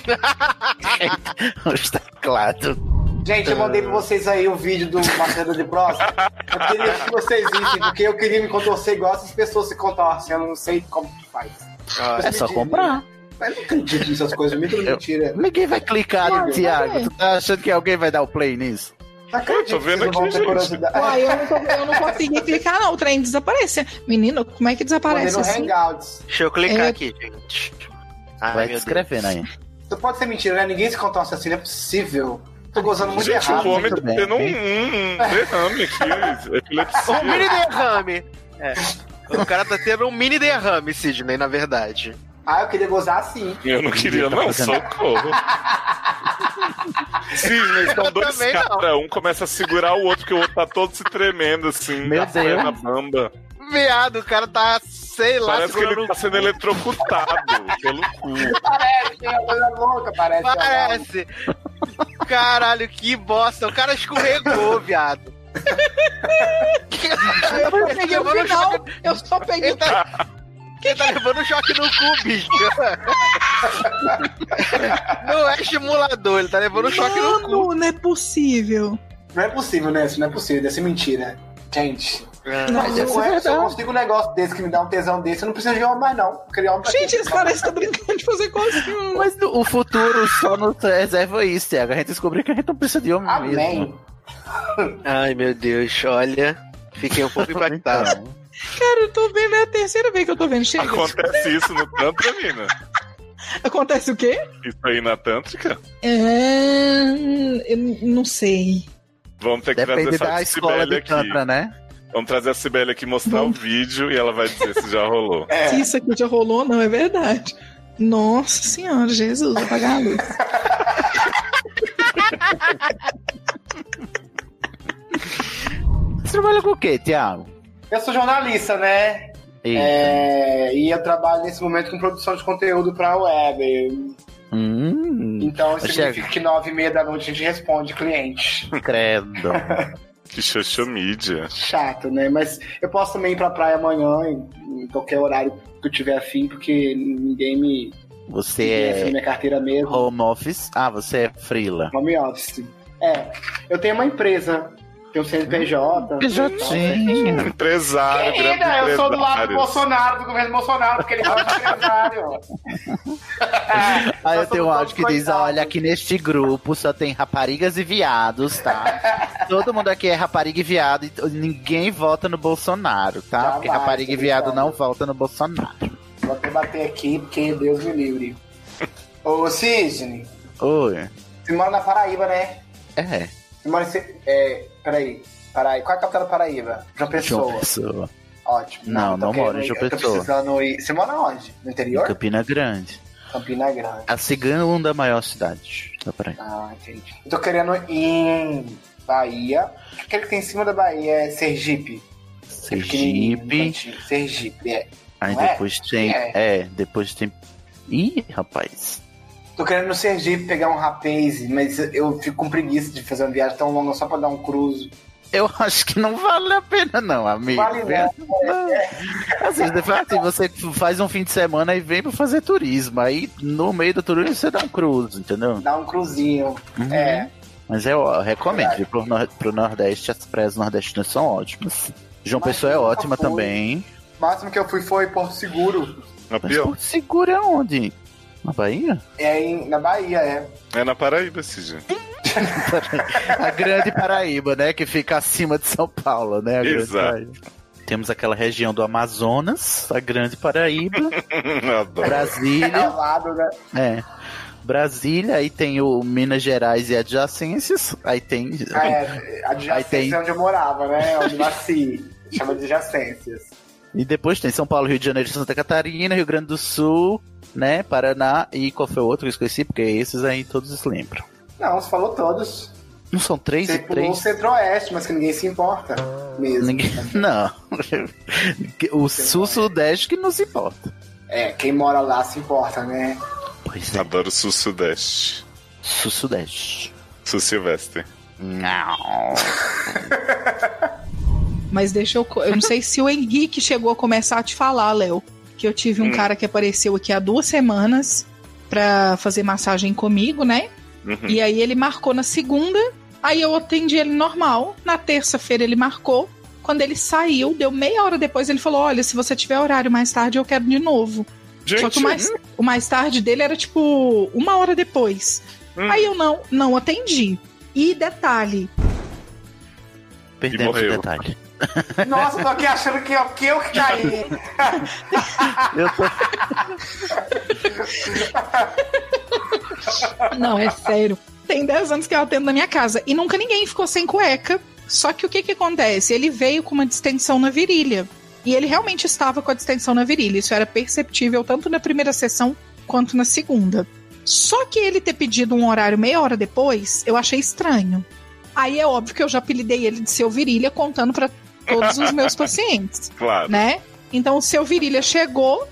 Speaker 4: *laughs* Está claro.
Speaker 7: Gente, eu mandei pra vocês aí o vídeo do Marcelo de Próstata. Eu queria que vocês vissem, porque eu queria me contorcer igual essas pessoas se contorcem. Eu não sei como que faz. Mas
Speaker 4: é
Speaker 7: me
Speaker 4: só
Speaker 7: diz,
Speaker 4: comprar.
Speaker 7: Mas não acredito nessas coisas, mito ou mentira.
Speaker 4: Ninguém vai clicar,
Speaker 7: Não, é.
Speaker 4: Thiago.
Speaker 7: vai.
Speaker 4: Tu tá achando que alguém vai dar o play nisso?
Speaker 7: Não acredito.
Speaker 4: Eu tô vendo
Speaker 7: que vocês não
Speaker 4: aqui,
Speaker 7: tá vão ter
Speaker 4: gente.
Speaker 7: curiosidade.
Speaker 8: Uai, eu não, tô- eu não consegui clicar, não. O trem desaparece. Menino, como é que
Speaker 7: Mandei
Speaker 8: desaparece
Speaker 7: no
Speaker 8: assim?
Speaker 7: Hangouts.
Speaker 9: Deixa eu clicar
Speaker 8: É.
Speaker 9: aqui, gente. Ah,
Speaker 4: vai
Speaker 9: meu
Speaker 4: descrevendo aí.
Speaker 7: Isso pode ser mentira, né? Ninguém se contorce assim, não é possível. Tô gozando muito
Speaker 1: Gente,
Speaker 7: errado.
Speaker 1: o homem tá
Speaker 7: Muito bem.
Speaker 1: tendo um, um- um
Speaker 9: *laughs*
Speaker 1: derrame aqui. Epilepsia.
Speaker 7: Um mini
Speaker 9: derrame. É. O cara tá tendo um mini derrame, Sidney, na verdade.
Speaker 7: Ah, eu queria gozar assim.
Speaker 1: Eu não queria,
Speaker 9: Tá
Speaker 1: não,
Speaker 9: fazendo-
Speaker 1: socorro. Cisnes, são
Speaker 9: Eu
Speaker 1: dois
Speaker 9: também não.
Speaker 1: caras. Um começa a segurar o outro, que o outro tá todo se tremendo, assim. Meu
Speaker 9: Deus.
Speaker 1: Na bamba.
Speaker 9: Viado, o cara tá, sei lá,
Speaker 1: Parece que ele
Speaker 9: segurando um
Speaker 1: tá
Speaker 9: *laughs*
Speaker 1: sendo eletrocutado pelo cu.
Speaker 7: Parece, tem uma coisa louca, parece. é
Speaker 9: Parece. Caralho, que bosta. O cara escorregou, viado. tá
Speaker 8: Eu não peguei o
Speaker 9: um
Speaker 8: final, eu só peguei.
Speaker 9: Ele
Speaker 8: *laughs*
Speaker 9: tá, ele tá levando um choque no cu, bicho. *laughs* Não é estimulador, ele tá levando um choque no cu.
Speaker 8: Mano, não é possível.
Speaker 7: Não é possível, né? Isso não é possível, deve ser mentira. Gente.
Speaker 8: Mas
Speaker 7: Mas eu,
Speaker 8: isso
Speaker 7: não
Speaker 8: é
Speaker 7: é, se eu
Speaker 8: verdade.
Speaker 7: consigo um negócio desse que me dá um tesão desse, eu não preciso de homem mais, não. Aquele homem pra
Speaker 8: Gente,
Speaker 7: quê?
Speaker 8: esse cara está brincando de fazer coisinha.
Speaker 4: Mas no- o futuro só nos reserva isso, Thiago. A gente descobriu que a gente não precisa de homem
Speaker 7: Amém.
Speaker 4: mesmo.
Speaker 9: Ai, meu Deus, olha. Fiquei um
Speaker 7: *laughs*
Speaker 9: pouco impactado.
Speaker 8: Cara, eu tô vendo, é a terceira vez que eu tô vendo. Chega.
Speaker 1: Acontece isso no Tantra, mina?
Speaker 4: né?
Speaker 8: Acontece o quê?
Speaker 1: Isso aí na Tântrica?
Speaker 8: É... Eu não sei.
Speaker 1: Vamos ter que
Speaker 4: Depende
Speaker 1: trazer
Speaker 4: da
Speaker 1: essa
Speaker 4: escola
Speaker 1: Sibeli
Speaker 4: de
Speaker 1: aqui.
Speaker 4: Tantra, né?
Speaker 1: Vamos trazer a Sibeli aqui mostrar o vídeo e ela vai dizer se já
Speaker 7: *laughs*
Speaker 1: rolou.
Speaker 7: É,
Speaker 8: Se isso aqui já rolou, não é verdade. Nossa senhora, Jesus, apagar a luz.
Speaker 4: Você trabalha com o quê, Thiago?
Speaker 7: Eu sou jornalista, né?
Speaker 4: Eita.
Speaker 7: É, e eu trabalho nesse momento com produção de conteúdo pra web.
Speaker 4: Hum,
Speaker 7: Então isso
Speaker 4: Thiago,
Speaker 7: significa que nove e meia da noite a gente responde cliente.
Speaker 4: Credo.
Speaker 1: *laughs* Que xoxo mídia.
Speaker 7: Chato, né? Mas eu posso também ir pra praia amanhã, em, em qualquer horário que eu tiver afim, porque ninguém me.
Speaker 4: Você
Speaker 7: ninguém assina
Speaker 4: é
Speaker 7: minha carteira mesmo.
Speaker 4: home office? Ah, você é freela.
Speaker 7: Home office. É. Eu tenho uma empresa. Tenho um CNPJ. é,
Speaker 4: PJ.
Speaker 1: Empresário, Ah, grande
Speaker 7: Querida, é, né? eu sou do lado do
Speaker 1: empresário.
Speaker 7: Bolsonaro, do governo Bolsonaro, porque ele gosta de empresário.
Speaker 4: Aí eu tenho um áudio que diz: olha, aqui neste grupo só tem raparigas e viados,
Speaker 7: *laughs*
Speaker 4: tá? Todo mundo aqui é rapariga e viado, e t- ninguém vota no Bolsonaro, tá? Porque
Speaker 7: vai,
Speaker 4: rapariga e
Speaker 7: tá
Speaker 4: viado
Speaker 7: ligado.
Speaker 4: não vota no Bolsonaro.
Speaker 7: Vou até bater aqui, porque Deus me livre. Ô, Cisne,
Speaker 4: Oi.
Speaker 7: você mora na Paraíba, né?
Speaker 4: É.
Speaker 7: Você mora em... Ce- É, peraí, Paraíba. Qual é a capital da Paraíba? João Pessoa.
Speaker 4: João Pessoa.
Speaker 7: Ótimo.
Speaker 4: Não, não
Speaker 7: tô querendo
Speaker 4: moro em
Speaker 7: ir-
Speaker 4: João
Speaker 7: eu tô
Speaker 4: Pessoa.
Speaker 7: precisando ir- Você mora onde? No interior?
Speaker 4: Campina Grande.
Speaker 7: Campina Grande.
Speaker 4: A segunda maior cidade. Tá pra aí.
Speaker 7: Ah, entendi. Eu tô querendo ir em Bahia. Aquele que tem em cima da Bahia é Sergipe.
Speaker 4: Sergipe.
Speaker 7: Sergipe, é.
Speaker 4: Aí
Speaker 7: Não é?
Speaker 4: depois tem. É, depois tem. Ih, rapaz.
Speaker 7: Tô querendo no Sergipe pegar um rapaz, mas eu fico com preguiça de fazer uma viagem tão longa só pra dar um cruzo.
Speaker 4: Eu acho que não vale a pena, não, amigo.
Speaker 7: Vale não.
Speaker 4: Às vezes, de fato, você faz um fim de semana e vem pra fazer turismo. Aí, no meio do turismo, você dá um cruzo, entendeu?
Speaker 7: Dá um cruzinho.
Speaker 4: Uhum.
Speaker 7: É.
Speaker 4: Mas eu, eu recomendo. viu? Pro, nor- pro Nordeste, as praias nordestinas são ótimas. João Pessoa é ótima
Speaker 7: fui.
Speaker 4: também.
Speaker 7: O máximo que eu fui foi Porto Seguro.
Speaker 4: Mas Porto Seguro é onde? Na Bahia?
Speaker 7: É em- na Bahia, é.
Speaker 1: É na Paraíba, Cisne.
Speaker 4: A Grande Paraíba, né? Que fica acima de São Paulo, né? A Grande
Speaker 1: Exato.
Speaker 4: Paraíba. Temos aquela região do Amazonas, a Grande Paraíba.
Speaker 1: *laughs* Adoro.
Speaker 7: É
Speaker 4: Brasília.
Speaker 7: ao lado, né?
Speaker 4: É. Brasília, aí tem o Minas Gerais e adjacências. Aí tem.
Speaker 7: Ah, é,
Speaker 4: Aí
Speaker 7: adjacências
Speaker 4: tem-
Speaker 7: é onde eu morava, né? Onde eu nasci. Chama de adjacências.
Speaker 4: E depois tem São Paulo, Rio de Janeiro, Santa Catarina, Rio Grande do Sul, né? Paraná e qual foi o outro que eu esqueci? Porque esses aí todos lembram.
Speaker 7: Não, você falou todos.
Speaker 4: Não são três
Speaker 7: Você
Speaker 4: e
Speaker 7: pulou o
Speaker 4: três?
Speaker 7: centro-oeste, mas que ninguém se importa mesmo.
Speaker 4: Ninguém... Não. *laughs* o sul-sudeste que não se importa.
Speaker 7: É, quem mora lá se importa, né?
Speaker 4: é.
Speaker 1: Adoro sul-sudeste.
Speaker 4: Sul-sudeste.
Speaker 1: Sul-silvestre.
Speaker 4: Não.
Speaker 8: Mas deixa eu. co- Eu não sei se o Henrique chegou a começar a te falar, Léo. Que eu tive um
Speaker 1: Hum.
Speaker 8: cara que apareceu aqui há duas semanas pra fazer massagem comigo, né?
Speaker 1: Uhum.
Speaker 8: E aí ele marcou na segunda. Aí eu atendi ele normal. Na terça-feira ele marcou. Quando ele saiu, deu meia hora depois, ele falou: Olha, se você tiver horário mais tarde, eu quero de novo. Só que
Speaker 15: Gente,
Speaker 8: o mais,
Speaker 15: hum.
Speaker 8: o mais tarde dele era tipo uma hora depois. Aí eu não, não atendi. E detalhe,
Speaker 4: Perdemos o detalhe.
Speaker 7: Nossa, eu tô aqui achando que é o que eu que caí.
Speaker 4: Eu tô...
Speaker 8: Não, é sério. Tem 10 anos que eu atendo na minha casa e nunca ninguém ficou sem cueca. Só que o que que acontece? Ele veio com uma distensão na virilha. E ele realmente estava com a distensão na virilha. Isso era perceptível tanto na primeira sessão quanto na segunda. Só que ele ter pedido um horário meia hora depois, eu achei estranho. Aí é óbvio que eu já apelidei ele de seu virilha, contando pra todos os meus pacientes
Speaker 1: Claro.
Speaker 8: né? Então o seu Virilha chegou,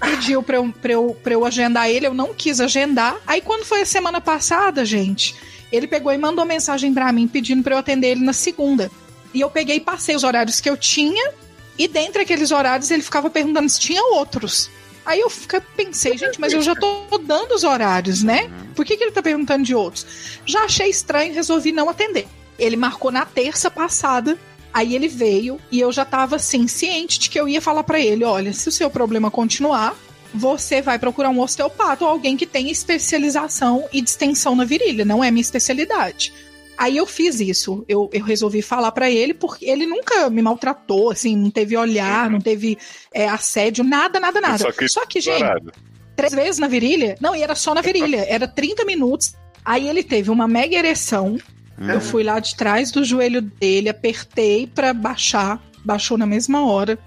Speaker 8: pediu pra eu, pra, eu, pra eu agendar ele, eu não quis agendar. Aí quando foi a semana passada, gente, ele pegou e mandou mensagem pra mim pedindo pra eu atender ele na segunda. E eu peguei e passei os horários que eu tinha, e dentre aqueles horários ele ficava perguntando se tinha outros. Aí eu fica, pensei, gente, mas eu já tô dando os horários, né? Por que, que ele tá perguntando de outros? Já achei estranho, resolvi não atender. Ele marcou na terça passada Aí ele veio e eu já tava assim, ciente de que eu ia falar pra ele: olha, se o seu problema continuar, você vai procurar um osteopata ou alguém que tenha especialização e distensão na virilha, não é minha especialidade. Aí eu fiz isso, eu, eu resolvi falar pra ele, porque ele nunca me maltratou, assim, não teve olhar, não teve é, assédio, nada, nada, é nada.
Speaker 15: Só que-
Speaker 8: gente,
Speaker 15: Dourado.
Speaker 8: três vezes na virilha? Não, e era só na virilha, era 30 minutos. Aí ele teve uma mega ereção, eu fui lá de trás do joelho dele, apertei pra baixar, baixou na mesma hora.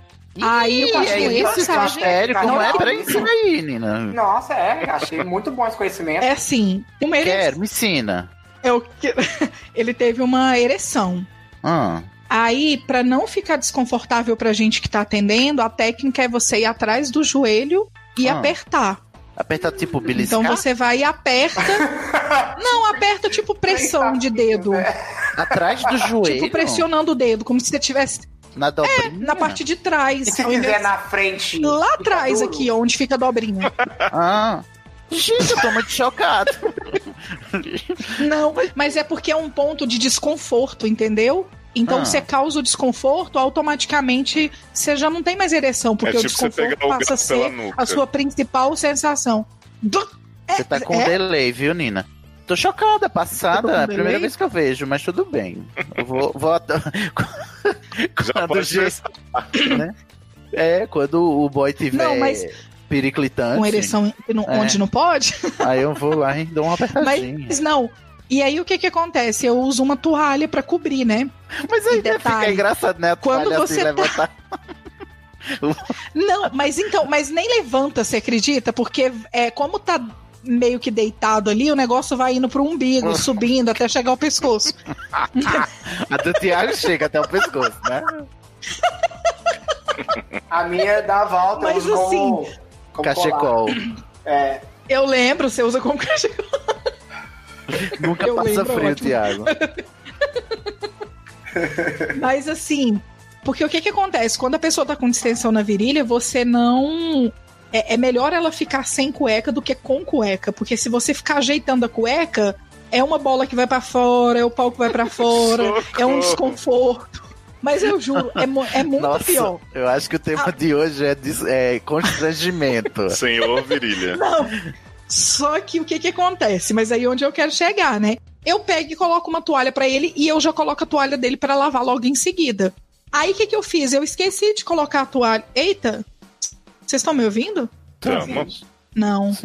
Speaker 8: aí eu continuei a massagem.
Speaker 4: não é pra
Speaker 8: isso.
Speaker 4: ensinar aí, Nina.
Speaker 7: Nossa, é, achei muito bom esse conhecimento.
Speaker 8: É assim, uma ereção.
Speaker 4: Quero, me ensina.
Speaker 8: Eu que- *laughs* ele teve uma ereção.
Speaker 4: *laughs* Ah.
Speaker 8: Aí, pra não ficar desconfortável pra gente que tá atendendo, a técnica é você ir atrás do joelho e
Speaker 4: Ah.
Speaker 8: apertar.
Speaker 4: Apertar tipo beliscar?
Speaker 8: Então você vai e
Speaker 7: *laughs*
Speaker 8: aperta. não, aperta tipo pressão de dedo.
Speaker 7: né?
Speaker 4: Atrás
Speaker 7: *laughs*
Speaker 4: do joelho?
Speaker 8: Tipo pressionando o dedo, como se você tivesse é,
Speaker 4: Na dobrinha?
Speaker 8: na parte de trás.
Speaker 7: E se
Speaker 8: ao invés-
Speaker 7: quiser na frente?
Speaker 8: Lá
Speaker 7: Fica
Speaker 8: atrás,
Speaker 7: duro?
Speaker 8: aqui, onde fica a dobrinha.
Speaker 4: Ah. Gente, eu tô muito chocado.
Speaker 8: Não, mas é porque é um ponto de desconforto, entendeu? Então
Speaker 1: Ah.
Speaker 8: você causa o desconforto, automaticamente você já não tem mais ereção, porque
Speaker 1: É
Speaker 8: o
Speaker 1: tipo você
Speaker 8: desconforto
Speaker 1: pegar o
Speaker 8: passa a
Speaker 1: gato pela
Speaker 8: ser
Speaker 1: nuca.
Speaker 8: a sua principal sensação. Du-
Speaker 4: Você tá com
Speaker 8: é.
Speaker 4: delay, viu, Nina? Tô chocada, passada.
Speaker 8: Eu tô com
Speaker 4: É a primeira
Speaker 8: delay?
Speaker 4: vez que eu vejo, mas tudo bem. Eu vou. vou at- quando o G- né? É, quando o boy tiver
Speaker 8: Não, mas-
Speaker 4: periclitante.
Speaker 8: Com ereção que não-
Speaker 4: É.
Speaker 8: onde não pode.
Speaker 4: Aí eu vou lá e dou uma apertadinha.
Speaker 8: Mas não. E aí o que que acontece? Eu uso uma toalha pra cobrir, né?
Speaker 4: Mas aí Fica engraçado, né? A
Speaker 8: Quando
Speaker 4: toalha assim,
Speaker 8: você tá-
Speaker 4: levantar.
Speaker 8: Não, mas então, mas nem levanta, você acredita? Porque é como tá meio que deitado ali, o negócio vai indo pro
Speaker 4: *laughs*
Speaker 8: umbigo, subindo até chegar ao pescoço.
Speaker 4: A do Thiago chega até o pescoço, né?
Speaker 7: A minha dá a volta.
Speaker 8: Mas assim,
Speaker 7: eu uso como- como
Speaker 4: Cachecol.
Speaker 7: colar. É.
Speaker 8: Eu lembro, você usa como *laughs* cachecol.
Speaker 4: Nunca
Speaker 8: Eu
Speaker 4: passa
Speaker 8: lembro,
Speaker 4: frio,
Speaker 8: ótimo.
Speaker 4: Thiago.
Speaker 8: Mas assim, porque o que que acontece? Quando a pessoa tá com distensão na virilha, você não. É, é melhor ela ficar sem cueca do que com cueca, porque se você ficar ajeitando a cueca, é uma bola que vai pra fora, é o pau que vai pra fora, é um
Speaker 4: Socorro.
Speaker 8: desconforto. Mas eu juro, é, mu- é muito
Speaker 4: Nossa,
Speaker 8: pior. Ah.
Speaker 4: Eu acho que o tema de hoje é, dis- é
Speaker 1: *laughs* *laughs*
Speaker 4: constrangimento.
Speaker 1: Senhor Virilha.
Speaker 8: Não. Só que o que que acontece? Mas aí é onde eu quero chegar, né? Eu pego e coloco uma toalha pra ele e eu já coloco a toalha dele pra lavar logo em seguida. Aí o que que eu fiz? Eu esqueci de colocar a toalha. Eita! Vocês estão me ouvindo?
Speaker 1: Tamo.
Speaker 8: Não.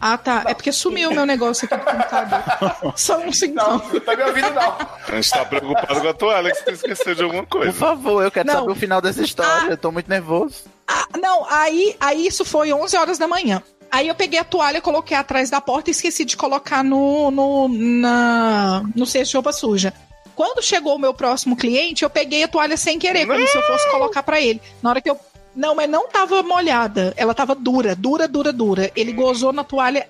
Speaker 8: Ah, tá. É porque sumiu o meu negócio aqui do
Speaker 7: *laughs*
Speaker 8: computador. Só um segundo.
Speaker 7: Não, tá me ouvindo não.
Speaker 1: A gente tá preocupado com a toalha, que você esqueceu de alguma coisa.
Speaker 4: Por favor, eu quero
Speaker 8: Não.
Speaker 4: saber o final dessa história. Eu tô muito nervoso.
Speaker 8: Ah, não, aí, aí isso foi 11 horas da manhã. Aí eu peguei a toalha, coloquei atrás da porta e esqueci de colocar no, no, na, no cesto de roupa suja. Quando chegou o meu próximo cliente, eu peguei a toalha sem querer, como se eu fosse colocar pra ele. Na hora que eu. Não, mas não tava molhada. Ela tava dura, dura, dura, dura. Ele gozou na toalha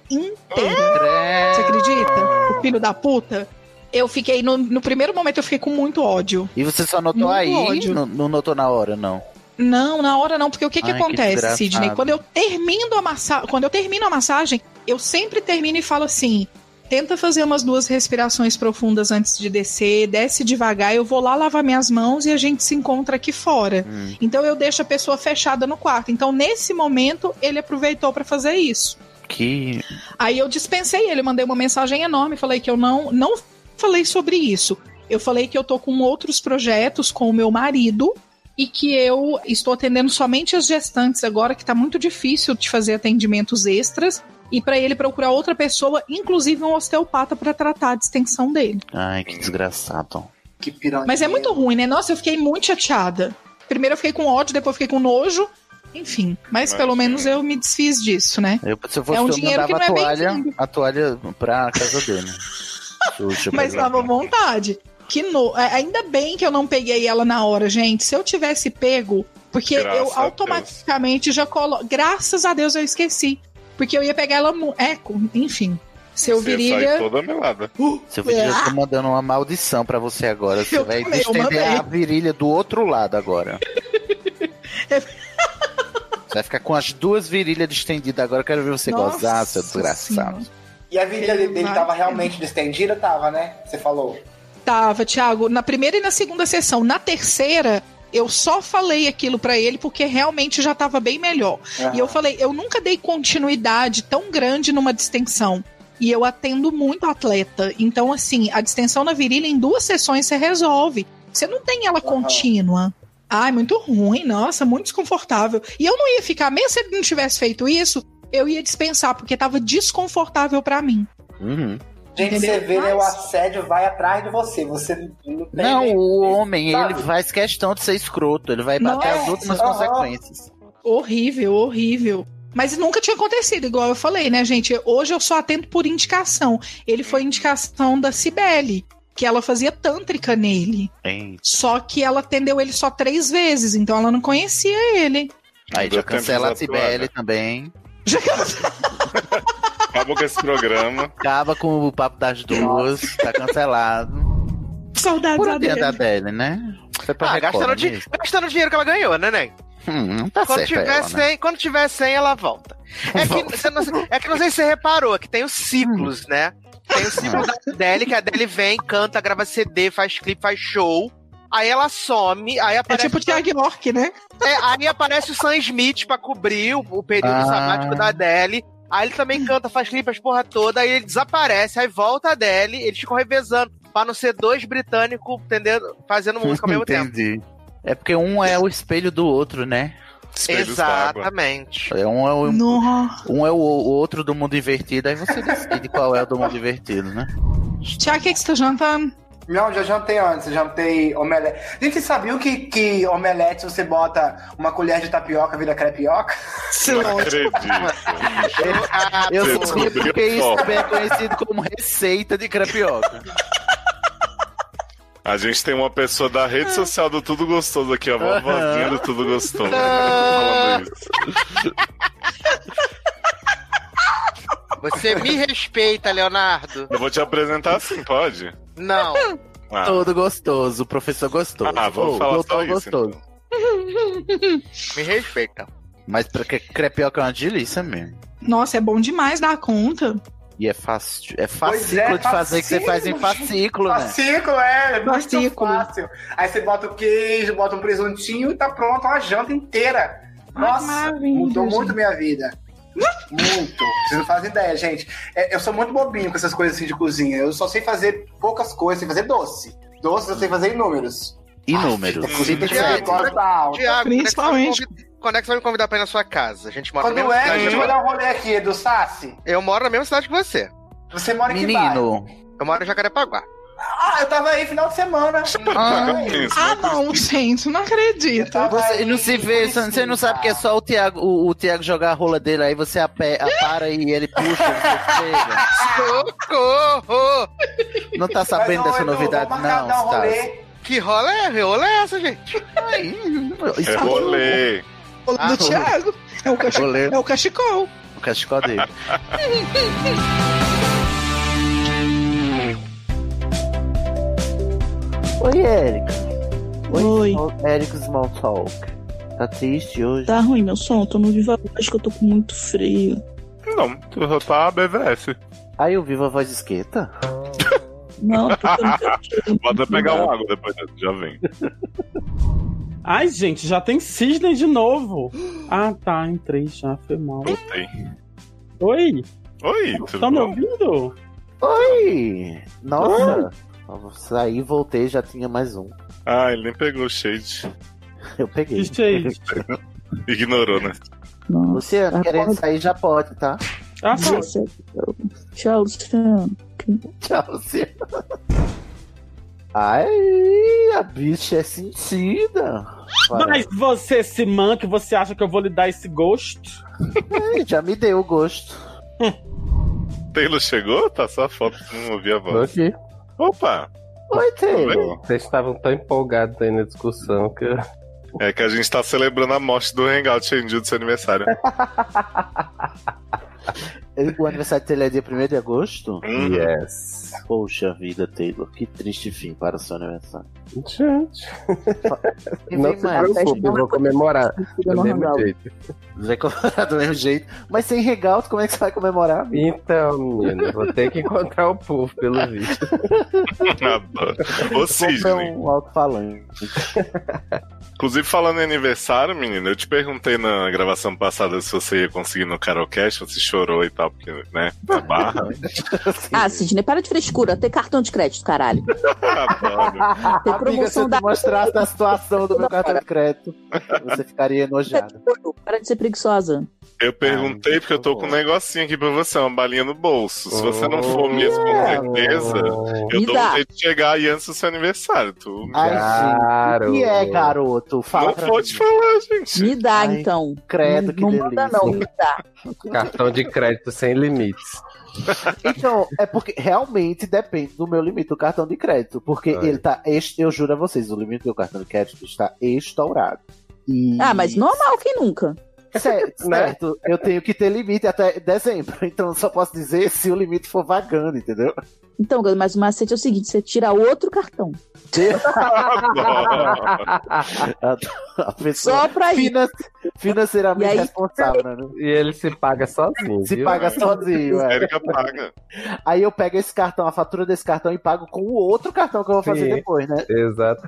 Speaker 8: inteira. Você acredita? O filho da puta. Eu fiquei, no, no primeiro momento, eu fiquei com muito ódio.
Speaker 4: E você só notou
Speaker 8: Muito
Speaker 4: aí?
Speaker 8: ódio.
Speaker 4: Não, não notou na hora, não.
Speaker 8: Não, na hora não, porque o que, que
Speaker 4: Ai, que
Speaker 8: acontece,
Speaker 4: desgraçado.
Speaker 8: Sidney? Quando eu termino a massa... quando eu termino a massagem, eu sempre termino e falo assim: tenta fazer umas duas respirações profundas antes de descer, desce devagar, eu vou lá lavar minhas mãos e a gente se encontra aqui fora.
Speaker 4: Hum.
Speaker 8: Então eu deixo a pessoa fechada no quarto. Então nesse momento ele aproveitou pra fazer isso.
Speaker 4: Que.
Speaker 8: Aí eu dispensei ele, mandei uma mensagem enorme, falei que eu não, não falei sobre isso. Eu falei que eu tô com outros projetos com o meu marido e que eu estou atendendo somente as gestantes agora, que tá muito difícil de fazer atendimentos extras. E pra ele procurar outra pessoa, inclusive um osteopata, pra tratar a distensão dele.
Speaker 4: Ai, que desgraçado.
Speaker 7: Que piranha.
Speaker 8: Mas é muito ruim, né? Nossa, eu fiquei muito chateada. Primeiro eu fiquei com ódio, depois eu fiquei com nojo. Enfim, mas pelo menos eu me desfiz disso, né?
Speaker 4: Eu, se eu fosse
Speaker 8: É um
Speaker 4: eu,
Speaker 8: dinheiro
Speaker 4: mandava
Speaker 8: que não é
Speaker 4: a toalha,
Speaker 8: bem-vindo.
Speaker 4: a toalha pra casa
Speaker 8: *laughs*
Speaker 4: dele. Suja,
Speaker 8: Mas
Speaker 4: pra ele.
Speaker 8: tava à vontade. Que no... a- Ainda bem que eu não peguei ela na hora, gente. Se eu tivesse pego, porque
Speaker 11: Graças a
Speaker 8: eu automaticamente já colo. Graças a Deus eu esqueci. Porque eu ia pegar ela. mu- É, com- enfim. Seu
Speaker 4: Você ia sair
Speaker 8: virilha.
Speaker 4: toda
Speaker 1: melada.
Speaker 4: Seu vídeo, eu
Speaker 8: Ah.
Speaker 4: tô mandando uma maldição pra você agora. Você
Speaker 8: Eu
Speaker 4: vai
Speaker 8: também, eu
Speaker 4: estender
Speaker 8: mandei.
Speaker 4: a virilha do outro lado agora.
Speaker 8: É
Speaker 4: Você vai ficar com as duas virilhas distendidas agora. Eu quero ver você
Speaker 7: Nossa
Speaker 4: gozar, seu desgraçado.
Speaker 7: E a virilha dele, dele
Speaker 8: Vai.
Speaker 7: tava realmente distendida? Tava, né? Você falou.
Speaker 8: Tava, Thiago, na primeira e na segunda sessão. Na terceira, eu só falei aquilo pra ele porque realmente já tava bem melhor.
Speaker 11: Aham.
Speaker 8: E eu falei, eu nunca dei continuidade tão grande numa distensão. E eu atendo muito atleta. Então, assim, a distensão na virilha em duas sessões você resolve. Você não tem ela contínua. Ai, muito ruim, nossa, muito desconfortável. E eu não ia ficar, mesmo se ele não tivesse feito isso, eu ia dispensar, porque tava desconfortável pra mim.
Speaker 7: Gente,
Speaker 8: Entendeu?
Speaker 7: você vê, né? O
Speaker 8: Mas-
Speaker 7: assédio vai atrás de você. Você não tem.
Speaker 4: Não, o homem,
Speaker 7: Sabe?
Speaker 4: ele faz questão de ser escroto. Ele vai bater
Speaker 8: Nossa.
Speaker 4: as últimas
Speaker 8: Aham.
Speaker 4: consequências.
Speaker 8: Horrível, horrível. Mas nunca tinha acontecido, igual eu falei, né, gente? Hoje eu só atendo por indicação. Ele foi indicação da Cibele, que ela fazia tântrica nele.
Speaker 4: Hein?
Speaker 8: Só que ela atendeu ele só três vezes, então ela não conhecia ele.
Speaker 4: Aí já cancela a Cibele também.
Speaker 1: Acabou com esse programa.
Speaker 4: Acaba com o papo das duas. Tá cancelado.
Speaker 8: Saudades
Speaker 4: Por um
Speaker 9: da Adele.
Speaker 4: da Adele, né? Foi pra
Speaker 7: tá
Speaker 9: Ah,
Speaker 4: Record,
Speaker 9: gastando,
Speaker 4: né?
Speaker 9: di- gastando dinheiro que ela ganhou, né, Nen?
Speaker 4: Hum, não tá
Speaker 9: quando,
Speaker 4: certo
Speaker 9: tiver
Speaker 4: ela,
Speaker 9: 100, quando tiver 100, ela volta. É que, você não, é que não sei se você reparou, é que tem os ciclos, né? Tem o
Speaker 4: Hum.
Speaker 9: ciclo da Adele, que a Adele vem, canta, grava CD, faz clipe, faz show. Aí ela some, aí aparece.
Speaker 8: tipo o Thiago York, né?
Speaker 9: É, aí aparece o Sam Smith pra cobrir o, o período
Speaker 4: Ah.
Speaker 9: sabático da Adele. Aí ele também canta, faz clipe, as porra toda, aí ele desaparece, aí volta a Adele, eles ficam revezando, pra não ser dois britânicos entendendo, fazendo música
Speaker 4: *laughs*
Speaker 9: ao mesmo tempo.
Speaker 4: Entendi. É porque um é o espelho do outro, né?
Speaker 9: Exatamente.
Speaker 4: É um é o, *laughs*
Speaker 8: Nossa.
Speaker 4: um é o, o outro do mundo invertido, aí você decide qual é o do mundo invertido, né?
Speaker 8: Tiago, o que que você tá jantando?
Speaker 7: Não, já jantei antes, eu jantei omelete. Gente, vocês sabiam que, que omelete você bota uma colher de tapioca vira crepioca?
Speaker 4: Não Eu
Speaker 7: Você
Speaker 4: sabia
Speaker 7: descobriu
Speaker 4: porque isso
Speaker 1: só.
Speaker 4: também é conhecido como receita de crepioca.
Speaker 1: A gente tem uma pessoa da rede social do Tudo Gostoso aqui, a vovozinha do Tudo Gostoso. falando isso.
Speaker 9: Você me respeita, Leonardo.
Speaker 1: Eu vou te apresentar assim, pode?
Speaker 9: Não.
Speaker 1: Ah.
Speaker 4: Todo gostoso, professor gostoso.
Speaker 1: Ah, vamos falar
Speaker 4: doutor
Speaker 1: só isso, então.
Speaker 4: gostoso.
Speaker 9: Me respeita.
Speaker 4: Mas pra que crepioca é uma delícia mesmo.
Speaker 8: Nossa, é bom demais dar conta.
Speaker 4: E é fácil, é fascículo de fazer, que você faz em fascículo, né?
Speaker 7: Fascículo, é, é muito
Speaker 8: Fascículo.
Speaker 7: fácil. Aí você bota o queijo, bota um presuntinho e tá pronto uma janta inteira. Nossa, mudou muito minha vida. Muito. Vocês não fazem ideia, gente. É, eu sou muito bobinho com essas coisas assim de cozinha. Eu só sei fazer poucas coisas, sei fazer doce. Doce eu sei fazer em números.
Speaker 4: Inúmeros.
Speaker 9: Tiago, é
Speaker 7: Total.
Speaker 9: Tiago, principalmente. Quando é que você vai me convidar pra ir na sua casa? A gente mora na
Speaker 7: Quando
Speaker 9: mesma
Speaker 7: é que a gente vai
Speaker 9: cidade.
Speaker 7: dar um rolê aqui do Sassi?
Speaker 9: Eu moro na mesma cidade que você.
Speaker 7: Você mora em que
Speaker 9: Menino. Eu moro em Jacarepaguá.
Speaker 7: Ah, eu tava aí final de semana.
Speaker 8: Ah, ah, não, gente, não acredito. tá.
Speaker 4: Você não se vê, você você não sabe que é só o Tiago, o, o Tiago jogar a rola dele, aí você ape, a- para e ele puxa, você pega. Socorro! Não tá sabendo dessa novidade, não, Stas.
Speaker 9: Que rola é? Rola é essa, gente?
Speaker 4: É Ah, rolê.
Speaker 8: O do Thiago. É o, cachi...
Speaker 4: Rolê.
Speaker 8: é o cachecol.
Speaker 4: O
Speaker 1: *laughs*
Speaker 4: cachecol dele. Oi, Érica. Oi. Érica Small Talk. Tá triste hoje?
Speaker 15: Tá ruim meu som, tô no viva, Voz, acho que eu tô com muito frio.
Speaker 1: Não, tu só tá BVS.
Speaker 4: Aí eu vivo a voz esqueta.
Speaker 15: Não,
Speaker 1: *laughs* Vou até pegar uma água depois, já vem.
Speaker 2: Ai, gente, já tem cisne de novo. Ah, tá, entrei já, foi mal.
Speaker 1: Voltei.
Speaker 2: Oi?
Speaker 1: Oi, tudo
Speaker 2: Tá me
Speaker 1: bom?
Speaker 2: ouvindo?
Speaker 4: Oi! Nossa! Eu Saí, voltei, já tinha mais um.
Speaker 1: Ah, ele nem pegou o shade.
Speaker 4: Eu peguei.
Speaker 1: *laughs* Ignorou, né?
Speaker 15: É
Speaker 4: Luciano, querendo
Speaker 15: acorda.
Speaker 4: sair já pode, tá?
Speaker 2: Ah,
Speaker 15: Tchau, Luciano.
Speaker 4: Tchau, Luciano. Ai, a bicha é sentida.
Speaker 2: Mas você, Simã, que você acha que eu vou lhe dar esse gosto?
Speaker 4: já me deu o gosto.
Speaker 1: Taylor chegou? Tá só a foto, não ouvi a voz.
Speaker 10: Tô aqui.
Speaker 1: Opa!
Speaker 4: Oi,
Speaker 1: Taylor.
Speaker 10: Vocês estavam tão empolgados Tá aí na discussão que eu...
Speaker 1: É que a gente tá celebrando a morte do Hangout Change do seu aniversário.
Speaker 4: O aniversário dele é dia 1 de agosto?
Speaker 1: Uhum.
Speaker 4: Yes. Poxa vida, Taylor. Que triste fim para o seu aniversário.
Speaker 10: Gente. Não se
Speaker 4: mais.
Speaker 10: preocupe, eu vou comemorar do mesmo jeito.
Speaker 4: Vai é comemorar do mesmo jeito. Mas sem regalto, como é que você vai comemorar?
Speaker 10: Então, menina, vou ter que encontrar o povo, pelo visto.
Speaker 1: Adoro. *laughs* Ô, Sidney.
Speaker 4: um alto-falante.
Speaker 10: né?
Speaker 1: Inclusive, falando em aniversário, menina, eu te perguntei na gravação passada se você ia conseguir no Carolcast, você chorou e tal, porque, né, na barra.
Speaker 4: Assim.
Speaker 16: Ah, Sidney, para de frescura. Tem cartão de crédito, caralho. *laughs*
Speaker 1: Ah,
Speaker 16: Tem
Speaker 4: Amiga, se
Speaker 16: promoção
Speaker 4: eu
Speaker 16: da.
Speaker 4: te mostrasse a situação do meu cartão de crédito, você ficaria enojada.
Speaker 16: *laughs* Para de ser preguiçosa.
Speaker 1: Eu perguntei
Speaker 4: Ah,
Speaker 1: porque eu tô com um negocinho aqui pra você, uma balinha no bolso. Se você não for mesmo com certeza, eu
Speaker 4: Me
Speaker 1: dou um
Speaker 4: dá.
Speaker 1: jeito de chegar aí antes do seu aniversário. Tu me-
Speaker 4: Ai, gente, o que é, garoto? Fala
Speaker 1: Não
Speaker 4: pra
Speaker 1: vou
Speaker 4: mim.
Speaker 1: te falar, gente.
Speaker 16: Me dá,
Speaker 4: então. Credo, que delícia.
Speaker 16: dá.
Speaker 10: Cartão de crédito sem limites.
Speaker 4: Então, é porque realmente depende do meu limite do cartão de crédito. Porque ele tá. est- Eu juro a vocês, o limite do meu cartão de crédito está estourado. E...
Speaker 16: Ah, mas normal, quem nunca? *laughs*
Speaker 4: Certo,
Speaker 16: Né?
Speaker 4: certo, É eu tenho que ter limite até dezembro. *laughs* Então eu só posso dizer se o limite for
Speaker 10: *laughs*
Speaker 4: vagando, entendeu?
Speaker 16: Então, Gano, mas o macete é o seguinte: você tira outro cartão.
Speaker 4: a pessoa
Speaker 16: Só pra isso.
Speaker 4: finan- financeiramente
Speaker 16: E aí-
Speaker 4: É responsável, né?
Speaker 10: E ele se paga sozinho.
Speaker 4: Se
Speaker 10: viu?
Speaker 4: paga sozinho. é.
Speaker 1: Érica paga.
Speaker 4: Aí eu pego esse cartão, a fatura desse cartão e pago com o outro cartão que eu vou fazer
Speaker 10: Sim.
Speaker 4: depois, né?
Speaker 10: Exato.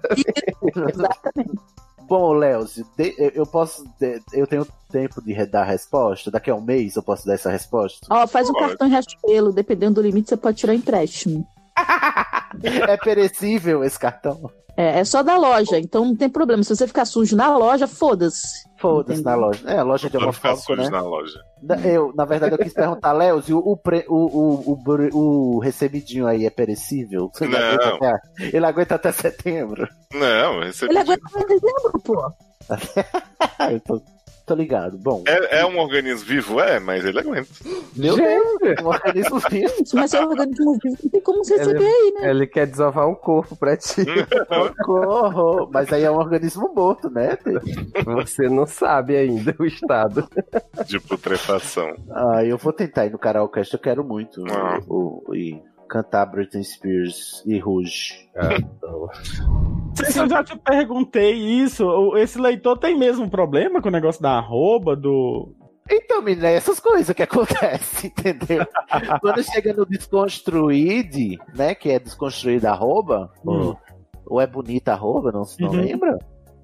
Speaker 4: Bom, Léo, se de- eu- eu posso. de- Eu tenho tempo de re- dar a resposta? Daqui a um mês eu posso dar
Speaker 16: *laughs*
Speaker 4: essa resposta?
Speaker 16: Ó, faz um cartão em raspelo, dependendo do limite, você pode tirar empréstimo.
Speaker 4: É perecível esse cartão?
Speaker 16: É, é só da loja, então não tem problema. Se você ficar sujo na loja, foda-se.
Speaker 4: Foda-se na loja. É, a loja de
Speaker 1: Pode ficar
Speaker 4: homofóbico,
Speaker 1: sujo
Speaker 4: né?
Speaker 1: na loja.
Speaker 4: Na- Eu, na verdade, eu quis perguntar, Léo, se o, o, pre- o, o, o, br- o recebidinho aí é perecível? Ele,
Speaker 1: Não.
Speaker 4: Aguenta até, ele aguenta até setembro. *laughs*
Speaker 1: Não, eu recebi.
Speaker 16: Ele aguenta até dezembro, pô.
Speaker 4: Ah, eu tô, tô ligado. Bom.
Speaker 1: É, é um organismo vivo? É, mas ele aguenta.
Speaker 4: Meu Deus, um organismo É, vivo.
Speaker 16: Mas é um organismo vivo, não tem como você receber aí, né?
Speaker 10: Ele quer desovar um corpo pra
Speaker 1: *laughs*
Speaker 10: ti.
Speaker 4: Socorro! Mas aí é um organismo morto, né?
Speaker 10: Você não sabe ainda o estado.
Speaker 1: De putrefação.
Speaker 4: Ah, eu vou tentar ir no Carolcast, eu quero muito.
Speaker 1: Ah.
Speaker 4: O, o- e cantar Britney Spears e Rouge.
Speaker 10: Ah,
Speaker 2: Se eu já te perguntei isso, o- esse leitor tem mesmo um problema com o negócio da arroba, do.
Speaker 4: Então, menina, é essas coisas que acontecem, entendeu? Quando chega no Desconstruíde, né? Que é Desconstruída Arroba,
Speaker 10: Hum.
Speaker 4: ou, ou é Bonita Arroba, não, não
Speaker 10: Uhum.
Speaker 4: lembra?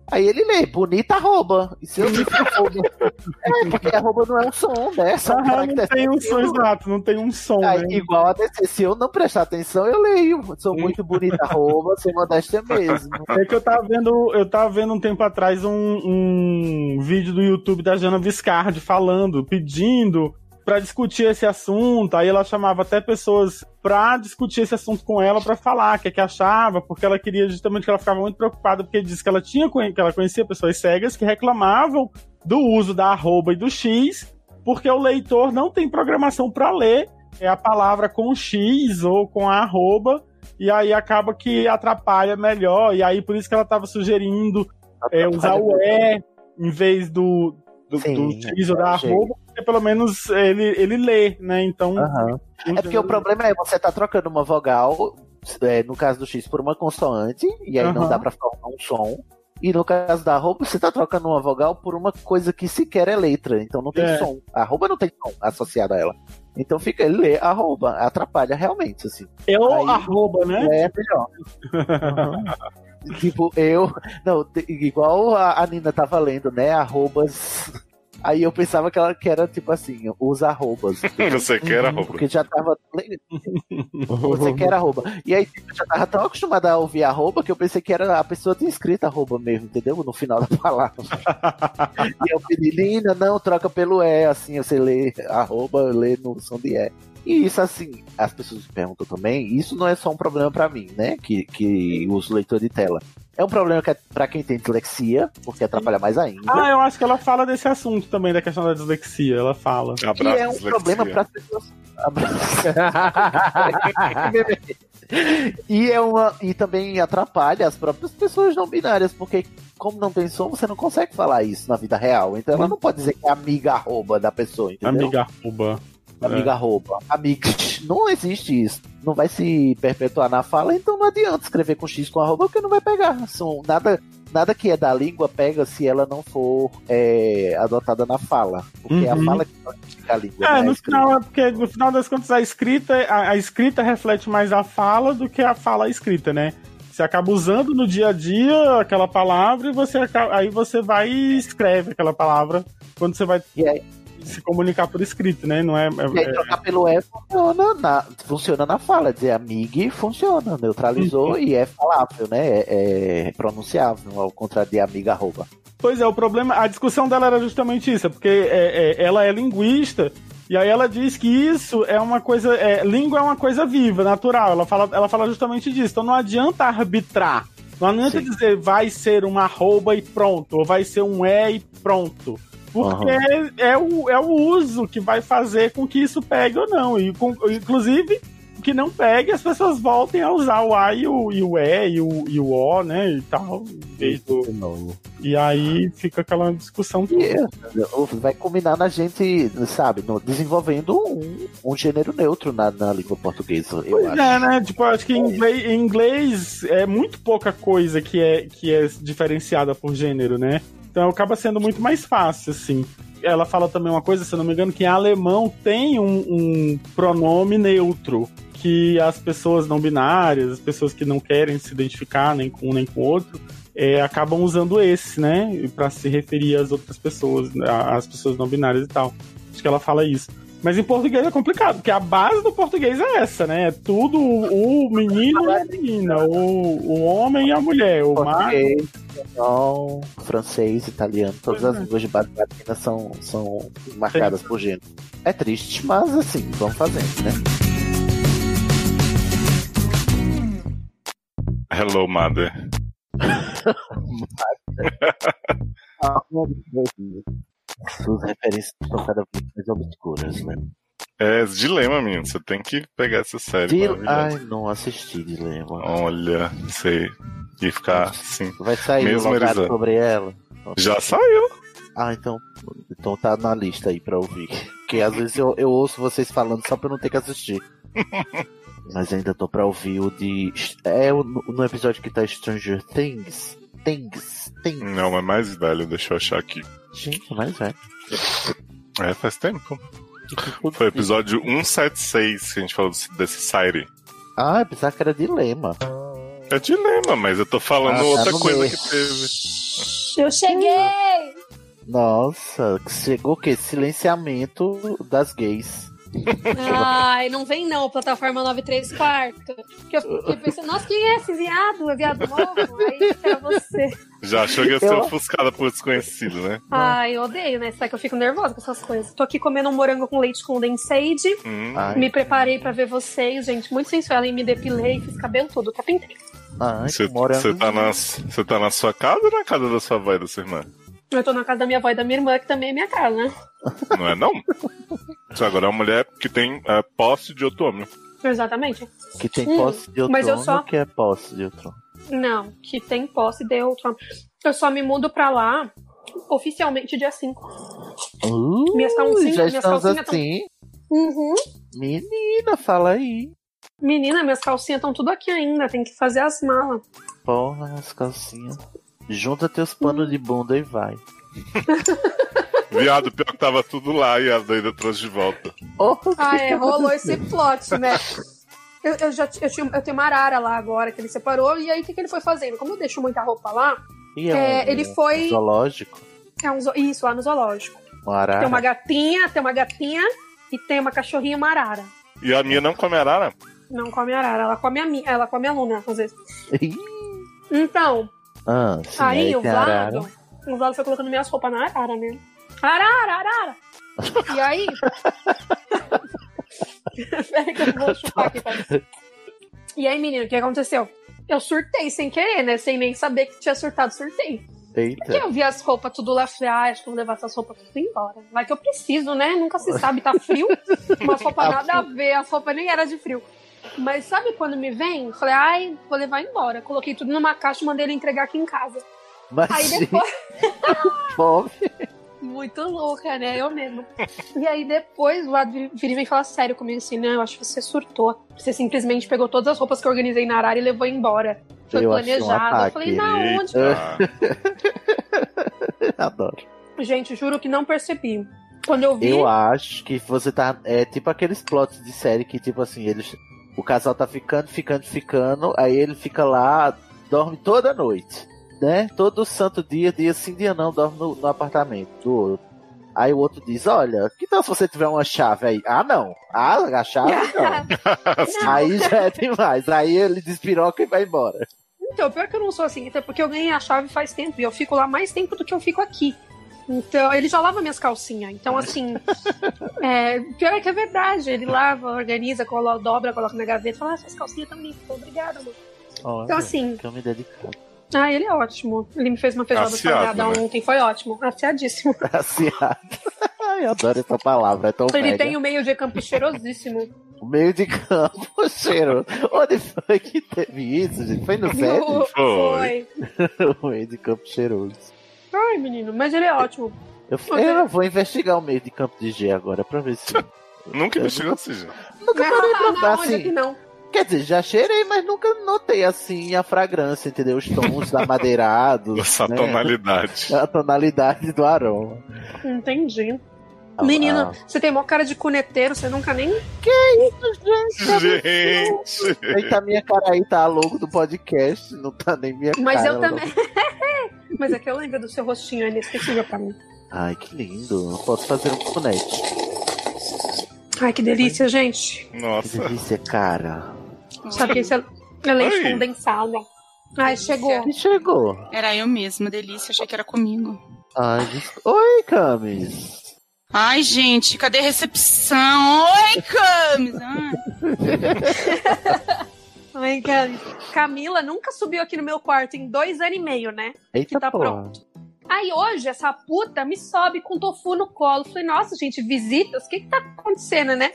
Speaker 4: Aí ele lê, bonita arroba. E se eu disse arroba. um É, porque arroba não é um som, né? É só um
Speaker 2: Aham, não
Speaker 4: caractere.
Speaker 2: tem um som exato, não tem um som.
Speaker 4: Aí,
Speaker 2: né?
Speaker 4: Igual a DC, se eu não prestar atenção, eu leio. Sou muito bonita arroba,
Speaker 2: *laughs*
Speaker 4: sem modéstia mesmo.
Speaker 2: É que eu tava vendo, eu tava vendo um tempo atrás um, um vídeo do YouTube da Jana Viscardi falando, pedindo para discutir esse assunto. Aí ela chamava até pessoas para discutir esse assunto com ela, para falar o que, é que achava, porque ela queria justamente que ela ficava muito preocupada, porque disse que ela tinha que ela conhecia pessoas cegas que reclamavam do uso da arroba e do X, porque o leitor não tem programação para ler é a palavra com X ou com a arroba, e aí acaba que atrapalha melhor, e aí por isso que ela estava sugerindo é, usar o E em vez do, do,
Speaker 4: Sim,
Speaker 2: do
Speaker 4: é,
Speaker 2: X ou da
Speaker 4: achei.
Speaker 2: arroba, porque pelo menos ele, ele lê, né? Então.
Speaker 4: Aham. É porque o problema é você tá trocando uma vogal, é, no caso do X, por uma consoante, e aí não
Speaker 2: Aham.
Speaker 4: dá pra formar um som. E no caso da arroba, você tá trocando uma vogal por uma coisa que sequer é letra, então não tem
Speaker 2: É.
Speaker 4: som. A arroba não tem som associado a ela. Então fica ele lê arroba, atrapalha realmente, assim.
Speaker 2: É o arroba, né?
Speaker 4: É melhor. Tipo, eu. Não, te- igual a, a Nina tava lendo, né? Arrobas. Aí eu pensava que ela que era tipo assim, os arrobas.
Speaker 1: Você quer arroba.
Speaker 4: Porque já tava. Você quer arroba. E aí tipo, eu já tava tão acostumada a ouvir arroba que eu pensei que era a pessoa tinha escrito arroba mesmo, entendeu? No final da palavra. e eu pedi, Nina, não, troca pelo E, assim, você lê arroba, lê no som de E. E isso assim, as pessoas me perguntam também, isso não é só um problema pra mim, né? Que, que uso leitor de tela. É um problema que é pra quem tem dislexia, porque atrapalha mais ainda.
Speaker 2: *laughs*
Speaker 4: *laughs*
Speaker 2: Ah, eu acho que ela fala desse assunto também, da questão da dislexia. Ela fala.
Speaker 4: Que é um problema para pessoas.
Speaker 2: *laughs*
Speaker 4: *laughs* e é uma e também atrapalha as próprias pessoas não binárias porque como não tem som você não consegue falar isso na vida real então ela não pode dizer que é amiga arroba da pessoa entendeu
Speaker 2: Amiga arroba.
Speaker 4: amiga
Speaker 2: É.
Speaker 4: arroba amiga *laughs* não existe isso não vai se perpetuar na fala então não adianta escrever com x com arroba porque não vai pegar som nada nada que é da língua pega se ela não for é, adotada na fala porque é a
Speaker 2: Uhum.
Speaker 4: fala que fica a língua
Speaker 2: É,
Speaker 4: né?
Speaker 2: no final, é porque no final das contas a escrita, a, a escrita reflete mais a fala do que a fala a escrita, né? Você acaba usando no dia a dia aquela palavra e você acaba- aí você vai e escreve aquela palavra quando você vai se comunicar por escrito, né? Não é,
Speaker 4: E
Speaker 2: é-
Speaker 4: aí trocar pelo E funciona na, funciona na fala. é Dizer amig funciona, neutralizou
Speaker 2: Uhum.
Speaker 4: e é falável, né? É, é pronunciável, ao contrário de amiga arroba.
Speaker 2: Pois é, o problema, a discussão dela era justamente isso, é porque é, é, ela é linguista e aí ela diz que isso é uma coisa, é, língua é uma coisa viva, natural. Ela fala, ela fala justamente disso. Então não adianta arbitrar, não adianta dizer vai ser uma arroba e pronto, ou vai ser um é e pronto, porque
Speaker 17: Aham.
Speaker 2: é, é o, é o uso que vai fazer com que isso pegue ou não. E com- inclusive que não pegue, as pessoas voltem a usar o a e o, e o e e o, e o o, né, e tal. E- e aí fica aquela discussão toda.
Speaker 4: Vai combinar na gente, sabe, no- desenvolvendo um, um gênero neutro na, na língua portuguesa, eu
Speaker 2: Pois
Speaker 4: acho.
Speaker 2: é, né? Tipo, eu acho que em inglês, em inglês é muito pouca coisa que é, que é diferenciada por gênero, né? Então acaba sendo muito mais fácil, assim. Ela fala também uma coisa, se eu não me engano, que em alemão tem um, um pronome neutro. Que as pessoas não binárias, as pessoas que não querem se identificar nem com um nem com o outro, é, acabam usando esse, né? Pra se referir às outras pessoas, né, às pessoas não binárias e tal. Acho que ela fala isso. Mas em português é complicado, porque a base do português é essa, né? É tudo o o menino e a menina, o, o homem e a mulher, o mar.
Speaker 4: Português, espanhol, francês, italiano, todas
Speaker 2: Pois
Speaker 4: as
Speaker 2: é.
Speaker 4: línguas de base latina são, são marcadas por gênero. É triste, mas assim, vamos fazendo, né?
Speaker 1: Hello, mother.
Speaker 4: Suas referências estão cada vez mais obscuras, né?
Speaker 1: É esse dilema, menino. Você tem que pegar essa série.
Speaker 4: Dil-
Speaker 1: maravilhosa.
Speaker 4: Ai, não assisti Dilema.
Speaker 1: Olha, sei. E ficar assim.
Speaker 4: Vai sair
Speaker 1: mesmerizando.
Speaker 4: Mesmerizando. um sobre ela.
Speaker 1: Já saiu.
Speaker 4: Ah, então, então tá na lista aí pra ouvir. Porque às vezes eu, eu ouço vocês falando só pra eu não ter
Speaker 1: *laughs*
Speaker 4: que assistir. Mas ainda tô pra ouvir o de. É o- no episódio que tá Stranger Things. Things.
Speaker 1: Não, é mais velho, deixa eu achar aqui.
Speaker 4: Gente, é mais velho.
Speaker 1: É, faz tempo. Foi o episódio 176 que a gente falou desse- desse Sire.
Speaker 4: Ah, eu pensava que era Dilema.
Speaker 1: É dilema, mas eu tô falando
Speaker 4: Ah, tá
Speaker 1: outra
Speaker 4: no
Speaker 1: coisa
Speaker 4: meio.
Speaker 1: que teve.
Speaker 12: Eu cheguei!
Speaker 4: Nossa, chegou o quê? Silenciamento das gays.
Speaker 12: Ai, não vem não, plataforma 93 quarto. Que eu fiquei pensando, nossa, quem é esse viado? É viado novo? Aí era você.
Speaker 1: Já achou que ia ser
Speaker 12: Eu-
Speaker 1: ofuscada por desconhecido, né?
Speaker 12: Ai, eu odeio, né? Será que eu fico nervosa com essas coisas? Tô aqui comendo um morango com leite condensade.
Speaker 1: Hum.
Speaker 12: Me preparei pra ver vocês, gente. Muito sensual. E me depilei, fiz cabelo todo, até pintei.
Speaker 4: Ah,
Speaker 1: Você você tá, na- você tá na sua casa ou na casa da sua avó e da sua irmã?
Speaker 12: Eu tô na casa da minha avó e da minha irmã, que também é minha casa, né?
Speaker 1: Não é não? Isso agora é uma mulher que tem é, posse de outro homem.
Speaker 12: Exatamente.
Speaker 4: Que tem
Speaker 12: Hum,
Speaker 4: posse de outro
Speaker 12: Mas eu só.
Speaker 4: que é posse de outro
Speaker 12: Não, que tem posse de outro. Eu só me mudo pra lá oficialmente dia 5.
Speaker 4: uh,
Speaker 12: Minhas calcinhas-
Speaker 4: Já
Speaker 12: minhas
Speaker 4: estamos
Speaker 12: calcinhas tão-
Speaker 4: assim.
Speaker 12: Uhum.
Speaker 4: Menina, fala aí.
Speaker 12: Menina, minhas calcinhas estão tudo aqui ainda. Tem que fazer as malas.
Speaker 4: Porra, as calcinhas. Junta teus panos de bunda e vai.
Speaker 1: Viado, pior que tava tudo lá e a doida trouxe de volta.
Speaker 4: Oh.
Speaker 12: Ah, é, rolou
Speaker 4: *laughs*
Speaker 12: esse plot, né? Eu, eu já ti- eu, tinha, eu tenho uma arara lá agora que ele separou, e aí o que, que ele foi fazendo? Como eu deixo muita roupa lá,
Speaker 4: E
Speaker 12: é,
Speaker 4: um-
Speaker 12: ele foi.
Speaker 4: um zoológico?
Speaker 12: é um zo- Isso, lá no zoológico.
Speaker 4: Um arara?
Speaker 12: Tem uma gatinha, tem uma gatinha e tem uma cachorrinha e uma arara.
Speaker 1: E a minha não come arara?
Speaker 12: Não come arara, ela come a minha, ela come a Luna, às vezes. Então,
Speaker 4: Ah, sim,
Speaker 12: aí
Speaker 4: aí
Speaker 12: o
Speaker 4: tem arara.
Speaker 12: Vlado, o Vlado foi colocando minhas roupas na arara, né? Arara, arara! E
Speaker 4: *laughs*
Speaker 12: aí. *laughs* Peraí que eu vou chupar aqui, tá? peraí. E aí, menino, o que aconteceu? Eu surtei sem querer, né? Sem nem saber que tinha surtado, surtei.
Speaker 4: *laughs* Eita.
Speaker 12: Porque eu vi as roupas tudo lá, falei, ah, acho que eu vou levar essas roupas tudo embora. Vai que eu preciso, né? Nunca se sabe, tá frio. Umas roupas
Speaker 4: Tá
Speaker 12: nada a ver, as roupas nem era de frio. Mas sabe quando me vem? Falei, ai, vou levar embora. Coloquei tudo numa caixa e mandei ele entregar aqui em casa.
Speaker 4: Mas
Speaker 12: Aí *laughs* depois.
Speaker 4: Bom,
Speaker 12: Muito louca, né? Eu mesma. E aí depois o lado vira e vem falar sério comigo assim, não, eu acho que você surtou. Você simplesmente pegou todas as roupas que eu organizei na arara e levou embora. Foi
Speaker 4: eu achei um
Speaker 12: planejado. eu
Speaker 4: ataque.
Speaker 12: falei, não, onde?
Speaker 4: *laughs* Adoro.
Speaker 12: Gente, juro que não percebi. Quando eu vi.
Speaker 4: Eu acho que você tá. É tipo aqueles plots de série que, tipo assim, eles. O casal tá ficando, ficando, ficando, aí ele fica lá, dorme toda noite. Né? Todo santo dia, dia sim, dia não, dorme no, no apartamento do outro. Aí o outro diz, olha, que tal se você tiver uma chave aí? Ah, não. Ah,
Speaker 12: *laughs*
Speaker 4: a chave não. aí já é demais. Aí ele despiroca e vai embora.
Speaker 12: Então, pior que eu não sou assim, até porque eu ganhei a chave faz tempo e eu fico lá mais tempo do que eu fico aqui. Então, ele já lava minhas calcinhas. Então, assim. é, pior é que é verdade. Ele lava, organiza, colo- dobra, coloca na gaveta e fala: ah, suas calcinhas estão limpas, obrigada, amor. Então, assim.
Speaker 4: Que eu me dedico. *laughs*
Speaker 12: Ah, ele é ótimo. Ele me fez uma feijoada
Speaker 4: Afiado,
Speaker 12: salgada
Speaker 4: né?
Speaker 12: ontem, foi ótimo. Afiadíssimo.
Speaker 4: Aciado. Assim, *laughs* Ai, eu adoro essa palavra. É tão
Speaker 12: ele
Speaker 4: mega.
Speaker 12: tem o meio de campo cheirosíssimo.
Speaker 4: O meio de campo, *laughs* cheiro. Onde foi que teve isso, gente? Foi no sério?
Speaker 12: Foi.
Speaker 4: *laughs* o meio de campo cheiroso.
Speaker 12: Ai, menino, mas ele é ótimo.
Speaker 4: Eu, eu
Speaker 12: É.
Speaker 4: vou investigar o meio de campo de G agora pra ver se.
Speaker 1: *laughs* Nunca
Speaker 4: Eu
Speaker 1: investigou
Speaker 4: nunca-
Speaker 1: esse jeito.
Speaker 4: Nunca parei pra notar,
Speaker 12: olha
Speaker 4: assim.
Speaker 12: que não.
Speaker 4: Quer dizer, já cheirei, mas nunca notei assim a fragrância, entendeu? Os tons
Speaker 1: *laughs*
Speaker 4: amadeirados.
Speaker 1: Essa
Speaker 4: né?
Speaker 1: tonalidade.
Speaker 4: A tonalidade do aroma.
Speaker 12: Entendi.
Speaker 4: Ah,
Speaker 12: Menina,
Speaker 4: ah.
Speaker 12: você tem mó cara de cuneteiro, você nunca nem.
Speaker 4: Que isso, *laughs*
Speaker 1: Gente!
Speaker 4: Eita, minha cara aí tá a logo do podcast, não tá nem minha
Speaker 12: Mas
Speaker 4: cara.
Speaker 12: eu
Speaker 4: ela
Speaker 12: também. *laughs* Mas é que eu lembro do seu rostinho, é inesquecível pra mim.
Speaker 4: não- Ai, que lindo. Eu posso fazer um boneco.
Speaker 12: Ai, que delícia, gente.
Speaker 1: Nossa.
Speaker 4: Que delícia, cara.
Speaker 12: Sabe
Speaker 4: *laughs*
Speaker 12: que esse é, é leite
Speaker 4: Oi.
Speaker 12: condensado. Ai, chegou.
Speaker 4: Chegou.
Speaker 11: Era eu mesma, delícia, achei que era comigo.
Speaker 4: Ai, des- Oi, Camis.
Speaker 11: Ai, gente, cadê a recepção? Oi, Camis! Ai.
Speaker 12: Ai, Cam- Camila nunca subiu aqui no meu quarto em dois anos e meio, né?
Speaker 4: Eita,
Speaker 12: que tá
Speaker 4: porra.
Speaker 12: pronto. Aí hoje essa puta me sobe com tofu no colo. Falei, nossa, gente, visitas? O que que tá acontecendo, né?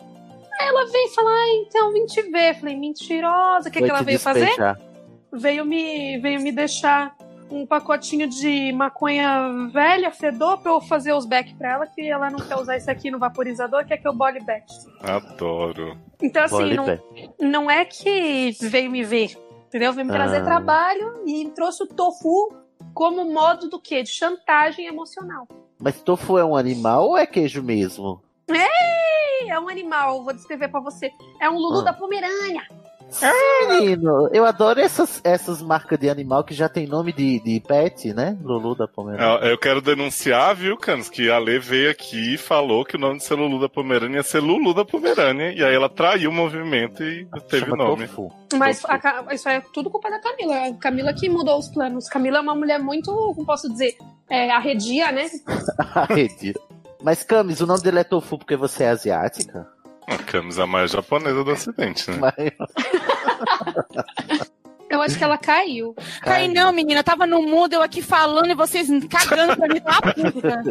Speaker 12: Aí ela veio e falou, ah, então vim te ver. Falei, mentirosa, o que,
Speaker 4: Vou
Speaker 12: que ela
Speaker 4: te
Speaker 12: veio fazer?
Speaker 4: despejar.
Speaker 12: veio me, veio me deixar um pacotinho de maconha velha, fedor, pra eu fazer os back pra ela, que ela não quer usar isso aqui no vaporizador, quer que eu bole back.
Speaker 1: Adoro.
Speaker 12: Então, assim,
Speaker 1: Body
Speaker 12: não,
Speaker 1: back.
Speaker 12: não é que veio me ver, entendeu? Veio me trazer
Speaker 1: Ah.
Speaker 12: trabalho e trouxe o tofu como modo do quê? De chantagem emocional.
Speaker 4: Mas tofu é um animal ou é queijo mesmo?
Speaker 12: Ei, é um animal, vou descrever pra você. É um Lulu
Speaker 4: Ah.
Speaker 12: da Pomerânia.
Speaker 4: Menino, eu adoro essas, essas marcas de animal que já tem nome de, de pet, né? Lulu da *laughs* Pomerânia.
Speaker 1: É, Eu, eu quero denunciar, viu, Canos, que a Lê veio aqui e falou que o nome de ser Lulu da Pomerânia ia ser Lulu da Pomerânia. E aí ela traiu o movimento e teve o nome.
Speaker 12: Mas a Ca- isso é tudo culpa da Camila. A Camila que mudou os planos. Camila é uma mulher muito, como posso dizer, é, arredia, né? *laughs*
Speaker 4: Arredia. Mas, Camis, o nome dele é Tofu porque você é asiática?
Speaker 1: Ah, A camisa mais japonesa do ocidente, né?
Speaker 12: Eu acho que ela caiu.
Speaker 11: Cai não, menina. Tava no mudo, eu aqui falando e vocês cagando
Speaker 4: *laughs*
Speaker 11: pra mim. Tá puta.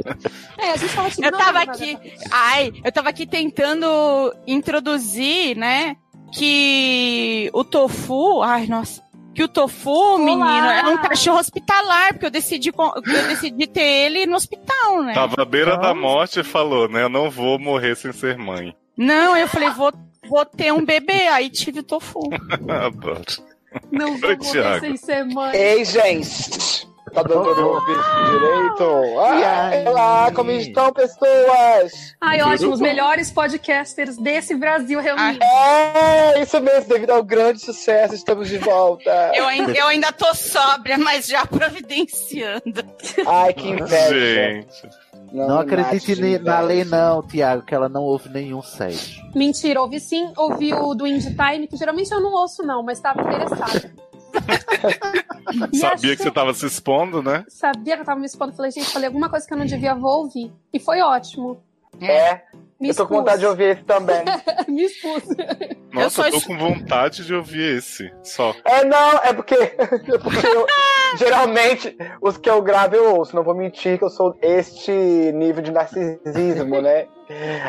Speaker 12: *laughs* É, a gente tava te
Speaker 11: Eu tava
Speaker 12: ignorando,
Speaker 11: aqui. Ai, eu tava aqui tentando introduzir, né? Que o tofu. Ai, nossa. Que o tofu, menino, era um cachorro hospitalar, porque eu decidi, co- eu decidi ter ele no hospital, né?
Speaker 1: Tava à beira da morte e falou, né? Eu não vou morrer sem ser mãe. *laughs*
Speaker 11: Não, eu falei, vou, vou ter um bebê. Aí tive o tofu.
Speaker 1: Adoro.
Speaker 12: Não
Speaker 1: vou Oi, morrer Thiago. sem
Speaker 12: ser mãe.
Speaker 7: Ei, gente! Tá dando meu bicho direito? Ah, olá, como estão, pessoas?
Speaker 12: Ai, ótimo. Os melhores podcasters desse Brasil reunidos.
Speaker 7: É, isso mesmo, devido ao grande sucesso, estamos de volta.
Speaker 11: Eu ainda, eu ainda tô sóbria, mas já *laughs* providenciando.
Speaker 7: Ai, que
Speaker 1: Gente.
Speaker 4: Não, acredite ni- na lei, não, Tiago, que ela não ouve nenhum site.
Speaker 12: Mentira, ouvi sim, ouvi o do Indie Time, que geralmente eu não ouço, não, mas tava interessada. E
Speaker 1: Sabia
Speaker 12: achou-
Speaker 1: que você tava se expondo, né?
Speaker 12: Sabia que eu tava me expondo, falei, gente, falei alguma coisa que eu não devia, vou ouvir. E foi ótimo.
Speaker 7: É,
Speaker 12: Me
Speaker 7: eu tô com
Speaker 12: expus.
Speaker 7: vontade de ouvir
Speaker 1: *laughs*
Speaker 7: esse também.
Speaker 12: *laughs* me expus.
Speaker 1: Nossa,
Speaker 12: sou
Speaker 1: eu, tô
Speaker 12: es-
Speaker 1: com vontade de ouvir esse. Só.
Speaker 7: É, não, é porque, *laughs* é porque eu- geralmente os que eu gravo eu ouço. Não vou mentir que eu sou este nível de narcisismo, né?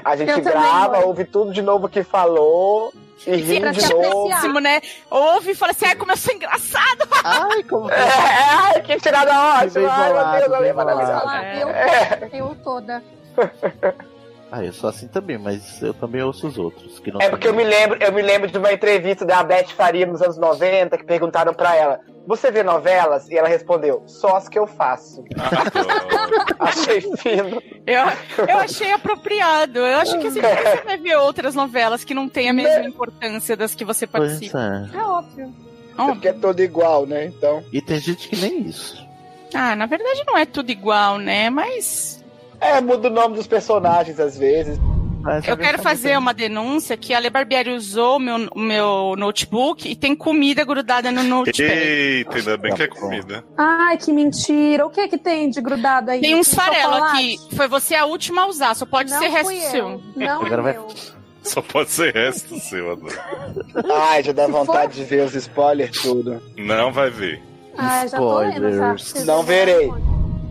Speaker 7: A gente
Speaker 11: Eu também,
Speaker 7: grava,
Speaker 11: mãe.
Speaker 7: ouve tudo de novo que falou e ri
Speaker 11: Fica
Speaker 7: de novo.
Speaker 11: péssimo, né? Ouve e fala assim, ai, como eu sou engraçado. *laughs*
Speaker 4: Ai, como...
Speaker 7: É, ai, que tirada ótima! Ai, meu Deus, ela é maravilhosa. É.
Speaker 12: Eu, eu toda.
Speaker 4: Ah, eu sou assim também, mas eu também ouço os outros. Que não
Speaker 7: É porque eu me lembro, eu me lembro de uma entrevista da Beth Faria nos anos 90 que perguntaram pra ela: "Você vê novelas?" E ela respondeu: "Só as que eu faço". *laughs* Achei fino.
Speaker 11: Eu, eu achei apropriado. Eu acho que assim, por que você
Speaker 12: *laughs*
Speaker 11: vai ver outras novelas que não têm a
Speaker 12: Né?
Speaker 11: mesma importância das que você participa.
Speaker 4: Pois
Speaker 11: É óbvio.
Speaker 7: Porque é todo igual, né? Então.
Speaker 4: E tem gente que nem isso.
Speaker 11: Ah, na verdade não é tudo igual, né? Mas
Speaker 7: É, muda o nome dos personagens às vezes.
Speaker 4: é
Speaker 11: eu quero
Speaker 12: é
Speaker 11: fazer uma denúncia que a Le Barbieri usou o meu, o meu notebook e tem comida grudada
Speaker 12: *laughs*
Speaker 11: no notebook.
Speaker 1: Eita, ainda bem que é comida.
Speaker 12: Ai, que mentira. O que que tem de grudado aí?
Speaker 11: Tem um farelo
Speaker 12: chocolate?
Speaker 11: aqui. Foi você a última a usar, só pode
Speaker 12: Não
Speaker 11: ser resto
Speaker 12: fui eu.
Speaker 11: seu.
Speaker 12: Não, é
Speaker 1: Agora
Speaker 12: vai...
Speaker 1: Só pode ser resto seu, adoro.
Speaker 11: um
Speaker 7: Ai, já dá vontade de ver os spoilers tudo.
Speaker 1: Não vai ver.
Speaker 12: Ai, Ah, já tô lendo, tá? sabe?
Speaker 7: Não verei.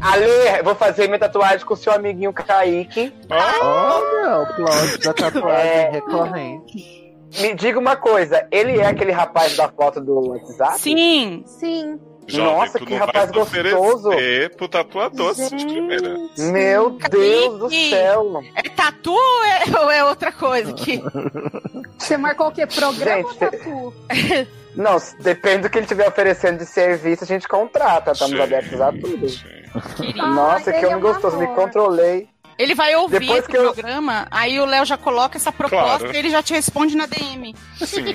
Speaker 7: Ale, vou fazer minha tatuagem com seu amiguinho Kaique. É.
Speaker 4: Olha, o plot da tatuagem recorrente.
Speaker 7: Me diga uma coisa, ele é aquele rapaz da foto do WhatsApp?
Speaker 11: Sim.
Speaker 12: Sim.
Speaker 1: Jovem,
Speaker 7: Nossa,
Speaker 1: tu
Speaker 7: que
Speaker 1: não
Speaker 7: rapaz
Speaker 1: vai se
Speaker 7: gostoso.
Speaker 1: oferecer pro tatuador assim, de primeira.
Speaker 7: Meu Deus do céu.
Speaker 11: É tatu ou é, ou é outra coisa que
Speaker 12: Você marcou o quê? Programa
Speaker 7: Gente,
Speaker 12: ou
Speaker 7: *laughs*
Speaker 12: tatu?
Speaker 7: Não, se- depende do que ele estiver oferecendo de serviço, a gente contrata. Estamos abertos a tudo. Nossa,
Speaker 11: Ai, ele
Speaker 7: que
Speaker 11: é um
Speaker 7: homem gostoso, me
Speaker 11: amor.
Speaker 7: controlei.
Speaker 11: Ele vai ouvir
Speaker 7: Depois
Speaker 11: esse
Speaker 7: que eu-
Speaker 11: programa, aí o Léo já coloca essa proposta
Speaker 7: Claro.
Speaker 11: e ele já te responde na DM.
Speaker 1: Sim.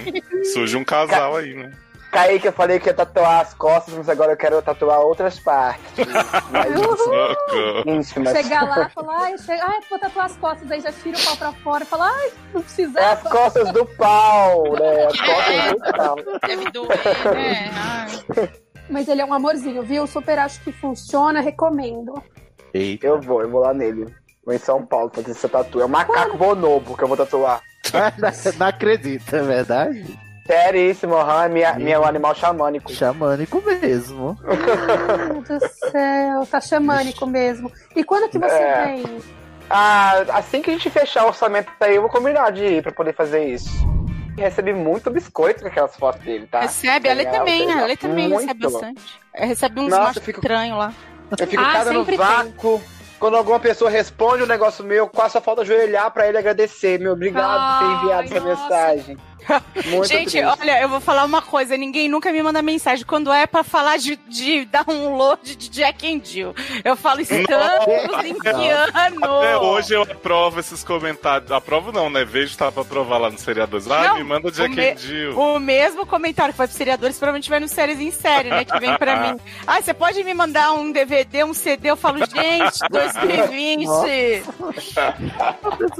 Speaker 1: Surge um casal aí, né?
Speaker 7: Kaique, eu falei que ia tatuar as costas, mas agora eu quero tatuar
Speaker 11: *laughs*
Speaker 7: outras partes. assim,
Speaker 1: Socorro.
Speaker 7: Íntimas.
Speaker 12: Chegar
Speaker 7: *laughs*
Speaker 12: lá, falar, ai, chega... ai, vou tatuar as costas, aí já tira o pau pra fora, fala, ai, não
Speaker 7: É as
Speaker 12: precisava.
Speaker 7: costas do pau, né?
Speaker 11: É.
Speaker 7: As costas do pau.
Speaker 12: Mas ele é um amorzinho, viu? Super acho que funciona, recomendo.
Speaker 7: Eu vou, eu vou lá nele. Vou em São Paulo fazer essa tatu. É um macaco bonobo que eu vou tatuar.
Speaker 4: *laughs* não, acredito, é verdade?
Speaker 7: Seríssimo, aham, é minha, minha, é um animal xamânico.
Speaker 4: Xamânico mesmo.
Speaker 12: Meu Deus do céu, tá xamânico mesmo. E quando que você
Speaker 7: É.
Speaker 12: vem?
Speaker 7: Ah, assim que a gente fechar o orçamento aí, eu vou combinar de ir pra poder fazer isso. Recebi muito biscoito com aquelas fotos dele,
Speaker 11: *laughs*
Speaker 7: tá?
Speaker 11: Recebe, a Lê
Speaker 7: Legal,
Speaker 11: também, a
Speaker 7: legal.
Speaker 11: Lê também
Speaker 7: Muito.
Speaker 11: recebe bastante. É, Recebe uns
Speaker 7: Nossa,
Speaker 11: machos
Speaker 7: eu fico-
Speaker 11: estranhos lá.
Speaker 7: Eu fico
Speaker 11: Ah,
Speaker 7: cada no
Speaker 11: sempre tem.
Speaker 7: vácuo. Quando alguma pessoa responde um negócio meu, quase só falta ajoelhar pra ele agradecer. Meu, obrigado por ter enviado essa mensagem.
Speaker 17: Muito
Speaker 11: Gente,
Speaker 17: triste.
Speaker 11: olha, eu vou falar uma coisa. Ninguém nunca me manda mensagem quando é pra falar de, de download de Jack and Jill. Eu falo estamos em que
Speaker 1: Até
Speaker 11: ano?
Speaker 1: hoje eu aprovo esses comentários. Aprovo não, né? Vejo tá pra aprovar lá no Seria 2. Ah,
Speaker 11: Não,
Speaker 1: me manda
Speaker 11: o
Speaker 1: Jack
Speaker 11: me-
Speaker 1: and Jill.
Speaker 11: O mesmo comentário que foi pros seriadores provavelmente vai no Séries em Série, né? Que vem pra
Speaker 1: *laughs*
Speaker 11: mim. Ah, você pode me mandar um DVD, um CD? Eu falo,
Speaker 1: *laughs*
Speaker 11: gente, 2020.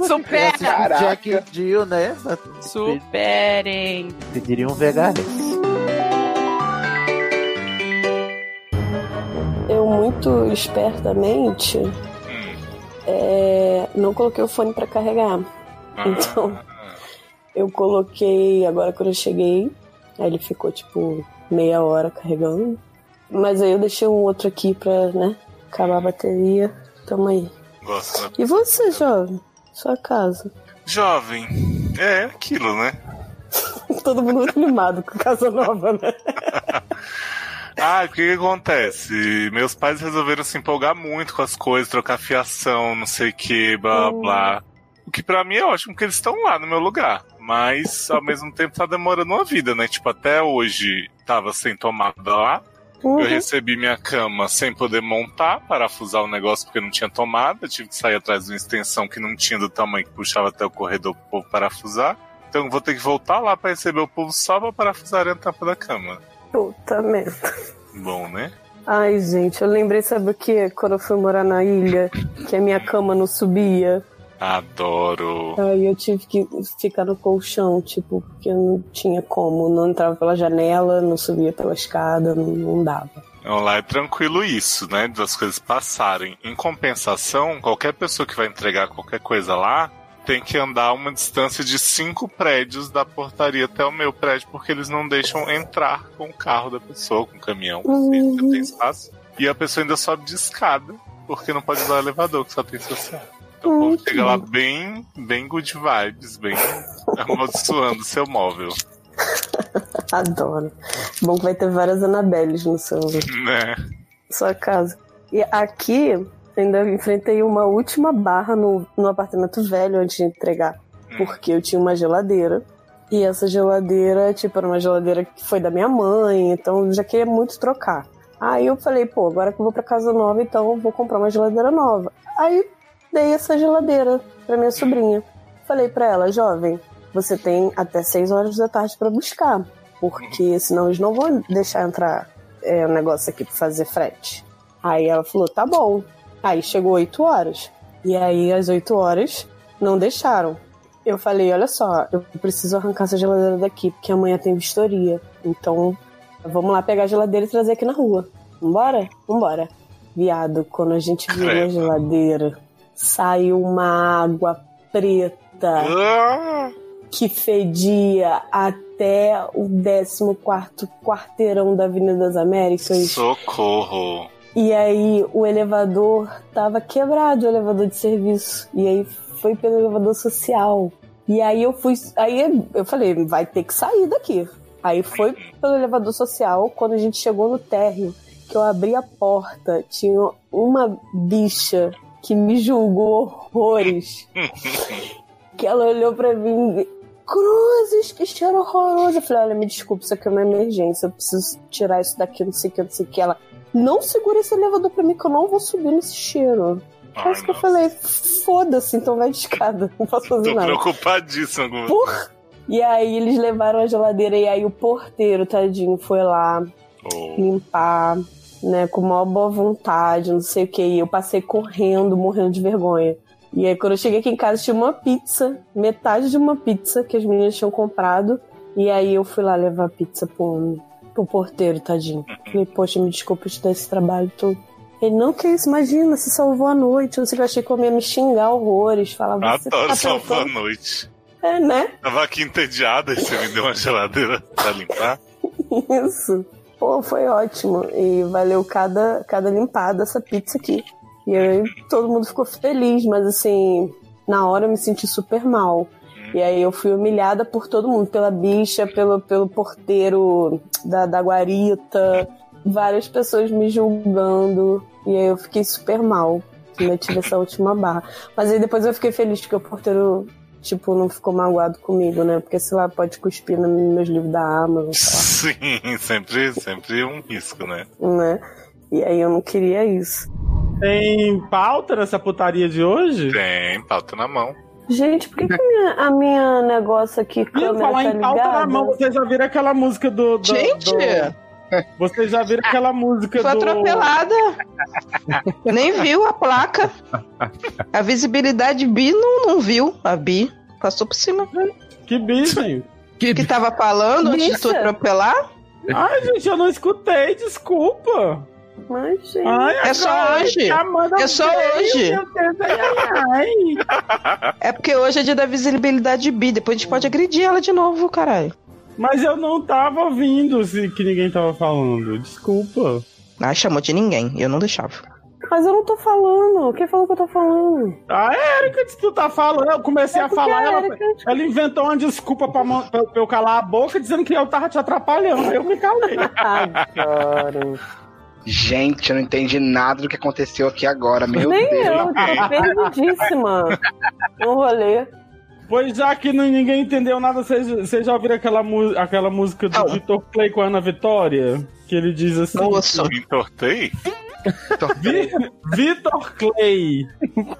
Speaker 11: Supera.
Speaker 4: Caraca. Jack and Jill, né?
Speaker 11: Superem.
Speaker 4: Pediria um VHS.
Speaker 6: Eu, muito espertamente, é, não coloquei o fone pra carregar. Então, eu coloquei agora quando eu cheguei. Aí ele ficou, tipo, meia hora carregando. Mas aí eu deixei um outro aqui pra, né, acabar a bateria. Tamo aí.
Speaker 1: Gosto.
Speaker 6: E você, jovem? Sua casa? *laughs*
Speaker 1: Jovem. É aquilo, né?
Speaker 6: Todo mundo muito animado com casa nova, né?
Speaker 1: Ah, o que, que acontece? Meus pais resolveram se empolgar muito com as coisas, trocar fiação, não sei o que, blá blá. O que pra mim é ótimo, porque eles estão lá no meu lugar. Mas ao mesmo tempo tá demorando uma vida, né? Tipo, até hoje tava sem tomada lá.
Speaker 6: Uhum.
Speaker 1: Eu recebi minha cama sem poder montar, parafusar o negócio porque não tinha tomada. Tive que sair atrás de uma extensão que não tinha do tamanho que puxava até o corredor pro povo parafusar. Então eu vou ter que voltar lá pra receber o povo só pra parafusar a tampa da cama.
Speaker 6: Puta merda.
Speaker 1: Bom, né?
Speaker 6: Ai, gente, eu lembrei, sabe o que? Quando eu fui morar na ilha, que a minha cama não subia.
Speaker 1: Então, Adoro.
Speaker 6: Aí eu tive que ficar no colchão, tipo, porque não tinha como. Não entrava pela janela, não subia pela escada, não, não dava. *laughs*
Speaker 1: Então, lá é tranquilo isso, né? Das coisas passarem. Em compensação, qualquer pessoa que vai entregar qualquer coisa lá tem que andar uma distância de cinco prédios da portaria até o meu prédio, porque eles não deixam entrar com o carro da pessoa, com o caminhão.
Speaker 6: Uhum.
Speaker 1: Não *laughs* tem espaço. E a pessoa ainda sobe de escada, porque não pode usar o elevador, que só tem social. Então o povo chega lá bem, bem good vibes, bem amaldiçoando o seu móvel.
Speaker 6: Adoro. Bom que vai ter várias Anabeles no seu
Speaker 1: Né?
Speaker 6: sua casa. E aqui ainda enfrentei uma última barra no, no apartamento velho antes de entregar. Porque eu tinha uma geladeira. E essa geladeira, tipo, era uma geladeira que foi da minha mãe, então eu já queria muito trocar. Aí eu falei, pô, agora que eu vou pra casa nova, então eu vou comprar uma geladeira nova. Aí dei essa geladeira pra minha sobrinha. Falei pra ela, jovem, você tem até 6 horas da tarde pra buscar, porque senão eles não vão deixar entrar é, um negócio aqui pra fazer frete. Aí ela falou, tá bom. Aí chegou 8 horas. E aí, às 8 horas, não deixaram. Eu falei, olha só, eu preciso arrancar essa geladeira daqui, porque amanhã tem vistoria. Então, vamos lá pegar a geladeira e trazer aqui na rua. Vambora? Vambora. Viado, quando a gente virou a
Speaker 18: Credo.
Speaker 6: geladeira, saiu uma água preta que fedia até o 14 quarteirão da Avenida das Américas.
Speaker 1: Socorro.
Speaker 6: E aí o elevador tava quebrado, o elevador de serviço. E aí foi pelo elevador social. E aí eu fui. Aí eu falei, vai ter que sair daqui. Aí foi pelo elevador social, quando a gente chegou no térreo, que eu abri a porta, tinha uma bicha que me julgou horrores. que ela olhou pra mim. Cruzes, que cheiro horroroso. Eu falei, olha, me desculpa, isso aqui é uma emergência. Eu preciso tirar isso daqui, não sei o que, não sei o que. Ela, não segura esse elevador pra mim que eu não vou subir nesse cheiro.
Speaker 1: Ai,
Speaker 6: Parece que eu falei, foda-se, então vai de escada. Não posso fazer
Speaker 1: Tô
Speaker 6: nada.
Speaker 1: preocupadíssimo com você.
Speaker 6: Por- E aí eles levaram a geladeira e aí o porteiro, tadinho, foi lá limpar, né, com maior boa vontade, não sei o que. E eu passei correndo, morrendo de vergonha. E aí quando eu cheguei aqui em casa tinha uma pizza, metade de uma pizza que as meninas tinham comprado. E aí eu fui lá levar a pizza pro, pro porteiro, tadinho. Falei, poxa, me desculpa te dar esse trabalho todo. Ele, não, que isso, imagina, se salvou a noite. Não sei o que, eu achei que eu ia me xingar horrores. Falava, você
Speaker 1: Adoro
Speaker 6: tá
Speaker 1: salvar Ah, a
Speaker 6: pensando...
Speaker 1: noite.
Speaker 6: É, né?
Speaker 1: Tava aqui entediada e você me deu uma geladeira pra limpar.
Speaker 6: *laughs* Isso. Pô, foi ótimo. E valeu cada, cada limpada essa pizza aqui. E aí todo mundo ficou feliz, mas assim, na hora eu me senti super mal. E aí eu fui humilhada por todo mundo, pela bicha, pelo, pelo porteiro da, da guarita, várias pessoas me julgando. E aí eu fiquei super mal. Ainda tive essa última barra. Mas aí depois eu fiquei feliz porque o porteiro tipo, não ficou magoado comigo, né? Porque, sei lá, pode cuspir nos meus livros da Amazon, sei
Speaker 1: Sim, sempre, sempre um risco, né?
Speaker 6: lá, né? E aí eu não queria isso.
Speaker 2: Tem pauta nessa putaria de hoje?
Speaker 1: Tem, pauta na mão.
Speaker 6: Gente, por que, que a, minha, a minha negócio aqui,
Speaker 2: Ia
Speaker 6: câmera,
Speaker 2: falar
Speaker 6: tá
Speaker 2: em pauta
Speaker 6: ligada?
Speaker 2: na mão, vocês já viram aquela música do. do
Speaker 6: Gente!
Speaker 2: do- Vocês já viram aquela música
Speaker 3: Foi
Speaker 2: do.
Speaker 3: atropelada. Nem viu a placa. A visibilidade bi não, não viu. A bi passou por cima.
Speaker 2: Que bi, gente?
Speaker 3: Que, tava falando antes de tu
Speaker 2: Bicha.
Speaker 3: atropelar?
Speaker 2: Ai, gente, eu não escutei, desculpa.
Speaker 6: Mas,
Speaker 3: gente. É só hoje.
Speaker 2: tá
Speaker 3: É só hoje. É porque hoje é dia da visibilidade bi. Depois a gente pode agredir ela de novo, caralho.
Speaker 2: Mas eu não tava ouvindo se que ninguém tava falando. Desculpa.
Speaker 3: Ah, chamou de ninguém. Eu não deixava.
Speaker 6: Mas eu não tô falando. Quem falou que eu tô falando?
Speaker 2: A Erika disse que tu tá falando. Eu comecei
Speaker 6: É
Speaker 2: a
Speaker 6: porque
Speaker 2: falar.
Speaker 6: a
Speaker 2: Ela,
Speaker 6: Erika-
Speaker 2: ela inventou uma desculpa pra, mo- pra- pra eu calar a boca, dizendo que eu tava te atrapalhando. Eu me calei.
Speaker 18: Gente, eu não entendi nada do que aconteceu aqui agora,
Speaker 3: é
Speaker 18: meu
Speaker 6: Nem
Speaker 18: Deus.
Speaker 6: eu, tô
Speaker 3: *laughs*
Speaker 6: perdidíssima. No rolê.
Speaker 2: Pois já que não- ninguém entendeu nada, vocês vocês já ouviram aquela, mu- aquela música
Speaker 3: Ah.
Speaker 2: do Vitor Clay com a Ana Vitória? Que ele diz assim.
Speaker 1: Nossa. Entortei?
Speaker 2: Vi- Vitor Clay.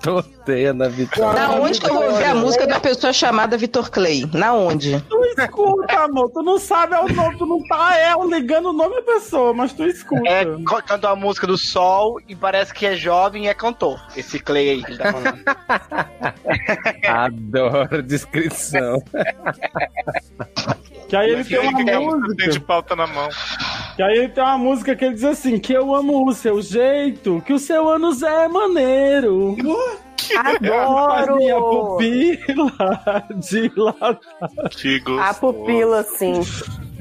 Speaker 10: Torteia na vitória.
Speaker 3: Na onde que eu vou ouvir a música da pessoa chamada Vitor Clay? Na onde?
Speaker 2: Tu escuta, amor. Tu não sabe é o nome, tu não tá é, ligando o nome da pessoa, mas tu escuta.
Speaker 9: É, co- canta uma música do sol e parece que é jovem e é cantor. Esse Clay aí que ele tá falando.
Speaker 10: Adoro a descrição.
Speaker 2: Que aí ele tem
Speaker 1: Quem
Speaker 2: uma
Speaker 1: quer um
Speaker 2: música.
Speaker 1: tem de pauta na mão.
Speaker 2: Que aí tem uma música que ele diz assim: que eu amo o seu jeito, que o seu ânus é maneiro.
Speaker 6: Adoro!
Speaker 2: A minha pupila dilatada.
Speaker 1: Que
Speaker 6: A pupila, sim.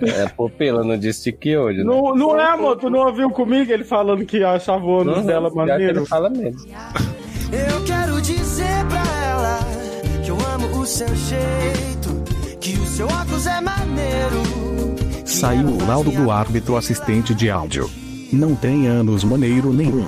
Speaker 10: É pupila, não disse que hoje. Né?
Speaker 2: Não, não é, amor? Tu não ouviu comigo ele falando que achava o ânus
Speaker 10: Uhum,
Speaker 2: dela
Speaker 10: pior que ele
Speaker 2: maneiro?
Speaker 10: fala mesmo.
Speaker 19: Eu quero dizer pra ela que eu amo o seu jeito, que o seu óculos é maneiro.
Speaker 20: Saiu o laudo do árbitro assistente de áudio. Não tem anos maneiro nenhum.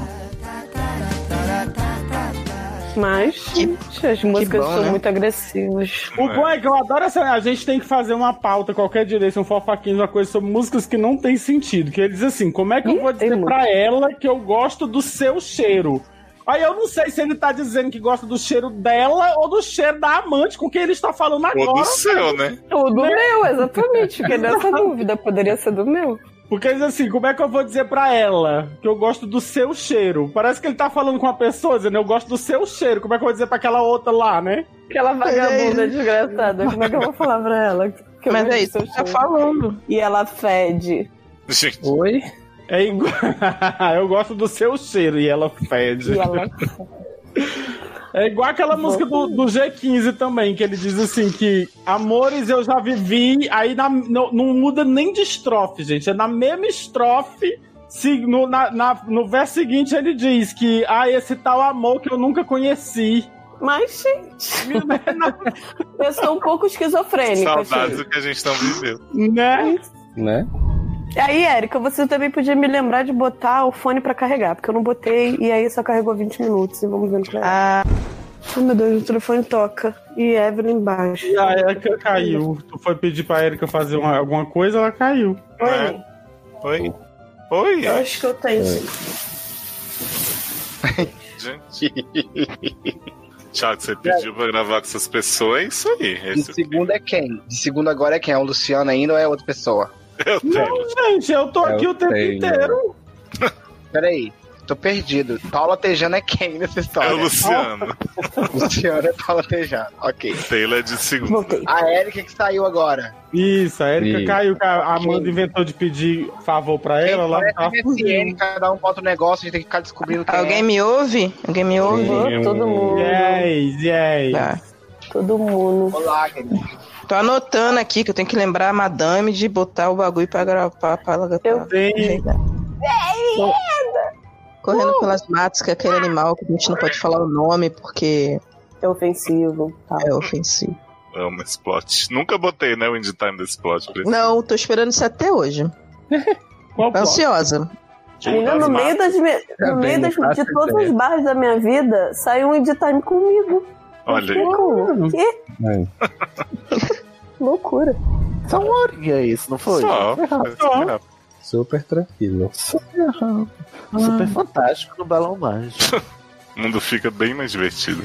Speaker 6: Mas, gente, as músicas
Speaker 2: bom,
Speaker 6: são
Speaker 2: né?
Speaker 6: muito agressivas.
Speaker 2: O bom é que eu adoro essa. A gente tem que fazer uma pauta qualquer direito, um fofaquinho, uma coisa sobre músicas que não tem sentido. Que ele diz assim: como é que eu vou dizer pra ela que eu gosto do seu cheiro? Aí eu não sei se ele tá dizendo que gosta do cheiro dela ou do cheiro da amante com quem ele está falando agora.
Speaker 1: Ou do seu, né?
Speaker 6: Ou do meu, exatamente.
Speaker 2: *laughs*
Speaker 6: Fiquei nessa dúvida. Poderia ser do meu.
Speaker 2: Porque ele diz assim, como é que eu vou dizer pra ela que eu gosto do seu cheiro? Parece que ele tá falando com uma pessoa dizendo, eu gosto do seu cheiro. Como é que eu vou dizer pra aquela outra lá, né?
Speaker 6: Aquela vagabunda desgraçada. Como é *laughs* que eu vou falar pra ela? Que eu
Speaker 2: Mas
Speaker 6: gosto
Speaker 2: é
Speaker 6: do
Speaker 2: isso
Speaker 6: seu
Speaker 2: que tá
Speaker 6: cheiro? E ela fede.
Speaker 1: Gente.
Speaker 10: Oi?
Speaker 2: É igual... *laughs* eu gosto do seu cheiro e ela fede.
Speaker 6: E ela-
Speaker 2: É igual aquela música do, do G15 também, que ele diz assim que amores eu já vivi, aí na- não, não muda nem de estrofe, gente. É na mesma estrofe, se- no, na- na- no verso seguinte ele diz que ah, esse tal amor que eu nunca conheci.
Speaker 6: Mas, gente... *laughs* Eu sou um pouco
Speaker 2: É,
Speaker 6: esquizofrênica.
Speaker 1: Saudades
Speaker 6: gente.
Speaker 1: do que a gente não viveu.
Speaker 2: Né?
Speaker 10: Né?
Speaker 6: Aí, Érica, você também podia me lembrar de botar o fone pra carregar, porque eu não botei e aí só carregou 20 minutos e vamos ver no que é.
Speaker 3: Ah.
Speaker 6: meu Deus, o telefone toca. E Evelyn embaixo.
Speaker 2: E a Erika caiu. Tu foi pedir pra Erika fazer uma- alguma coisa, ela caiu. Né?
Speaker 6: Oi.
Speaker 1: Oi? Oi?
Speaker 6: Eu acho que eu tenho. sim.
Speaker 1: Gente. Tiago, você pediu pra gravar com essas pessoas, é isso
Speaker 18: *laughs*
Speaker 1: aí.
Speaker 18: De segundo é quem? De segundo agora é quem? É o Luciano ainda ou é outra pessoa?
Speaker 1: Eu
Speaker 2: Não, gente, eu tô aqui o tempo inteiro.
Speaker 18: Peraí, tô perdido. Paula Tejano é quem nessa história?
Speaker 1: É o Luciano.
Speaker 18: *laughs* Luciano é Paula Tejano, ok.
Speaker 1: Taylor é de segundo.
Speaker 7: Ah,
Speaker 18: A Erika que saiu agora.
Speaker 2: Isso, a Erika
Speaker 1: Ih.
Speaker 2: caiu. que A Amanda inventou de pedir favor pra ela. Lá
Speaker 18: Parece
Speaker 2: tá
Speaker 18: MSN, cada um bota um negócio, a gente tem que ficar descobrindo
Speaker 2: É.
Speaker 18: quem
Speaker 3: Alguém me ouve? Alguém me ouve? Tá.
Speaker 2: Todo mundo. Yes, yes.
Speaker 6: Todo mundo.
Speaker 18: Olá, querida.
Speaker 3: Tô anotando aqui que eu tenho que lembrar a madame de botar o bagulho pra gravar. Pra, pra, eu
Speaker 2: tenho.
Speaker 3: Correndo
Speaker 6: Uh!
Speaker 3: pelas matas, que é aquele animal que a gente não pode falar o nome porque.
Speaker 6: É ofensivo. tá.
Speaker 3: É ofensivo.
Speaker 1: Amo esse plot. É Nunca botei, né, o Indie Time desse plot. pra esse-
Speaker 3: Não, tô esperando isso até hoje.
Speaker 2: *laughs* Qual
Speaker 3: tô ansiosa.
Speaker 1: é
Speaker 6: Menina, no meio, das, me- no
Speaker 3: Também
Speaker 6: meio
Speaker 2: tá
Speaker 3: não
Speaker 6: das-
Speaker 3: faço
Speaker 6: de todos
Speaker 3: ideia.
Speaker 6: os bares da minha vida, saiu um editime comigo.
Speaker 1: Olha aí.
Speaker 6: Como? Que
Speaker 10: É.
Speaker 6: loucura.
Speaker 4: São horinha isso, não foi?
Speaker 1: Só.
Speaker 4: Só.
Speaker 10: Super tranquilo.
Speaker 4: Super, super fantástico no balão mágico.
Speaker 1: O mundo fica bem mais divertido.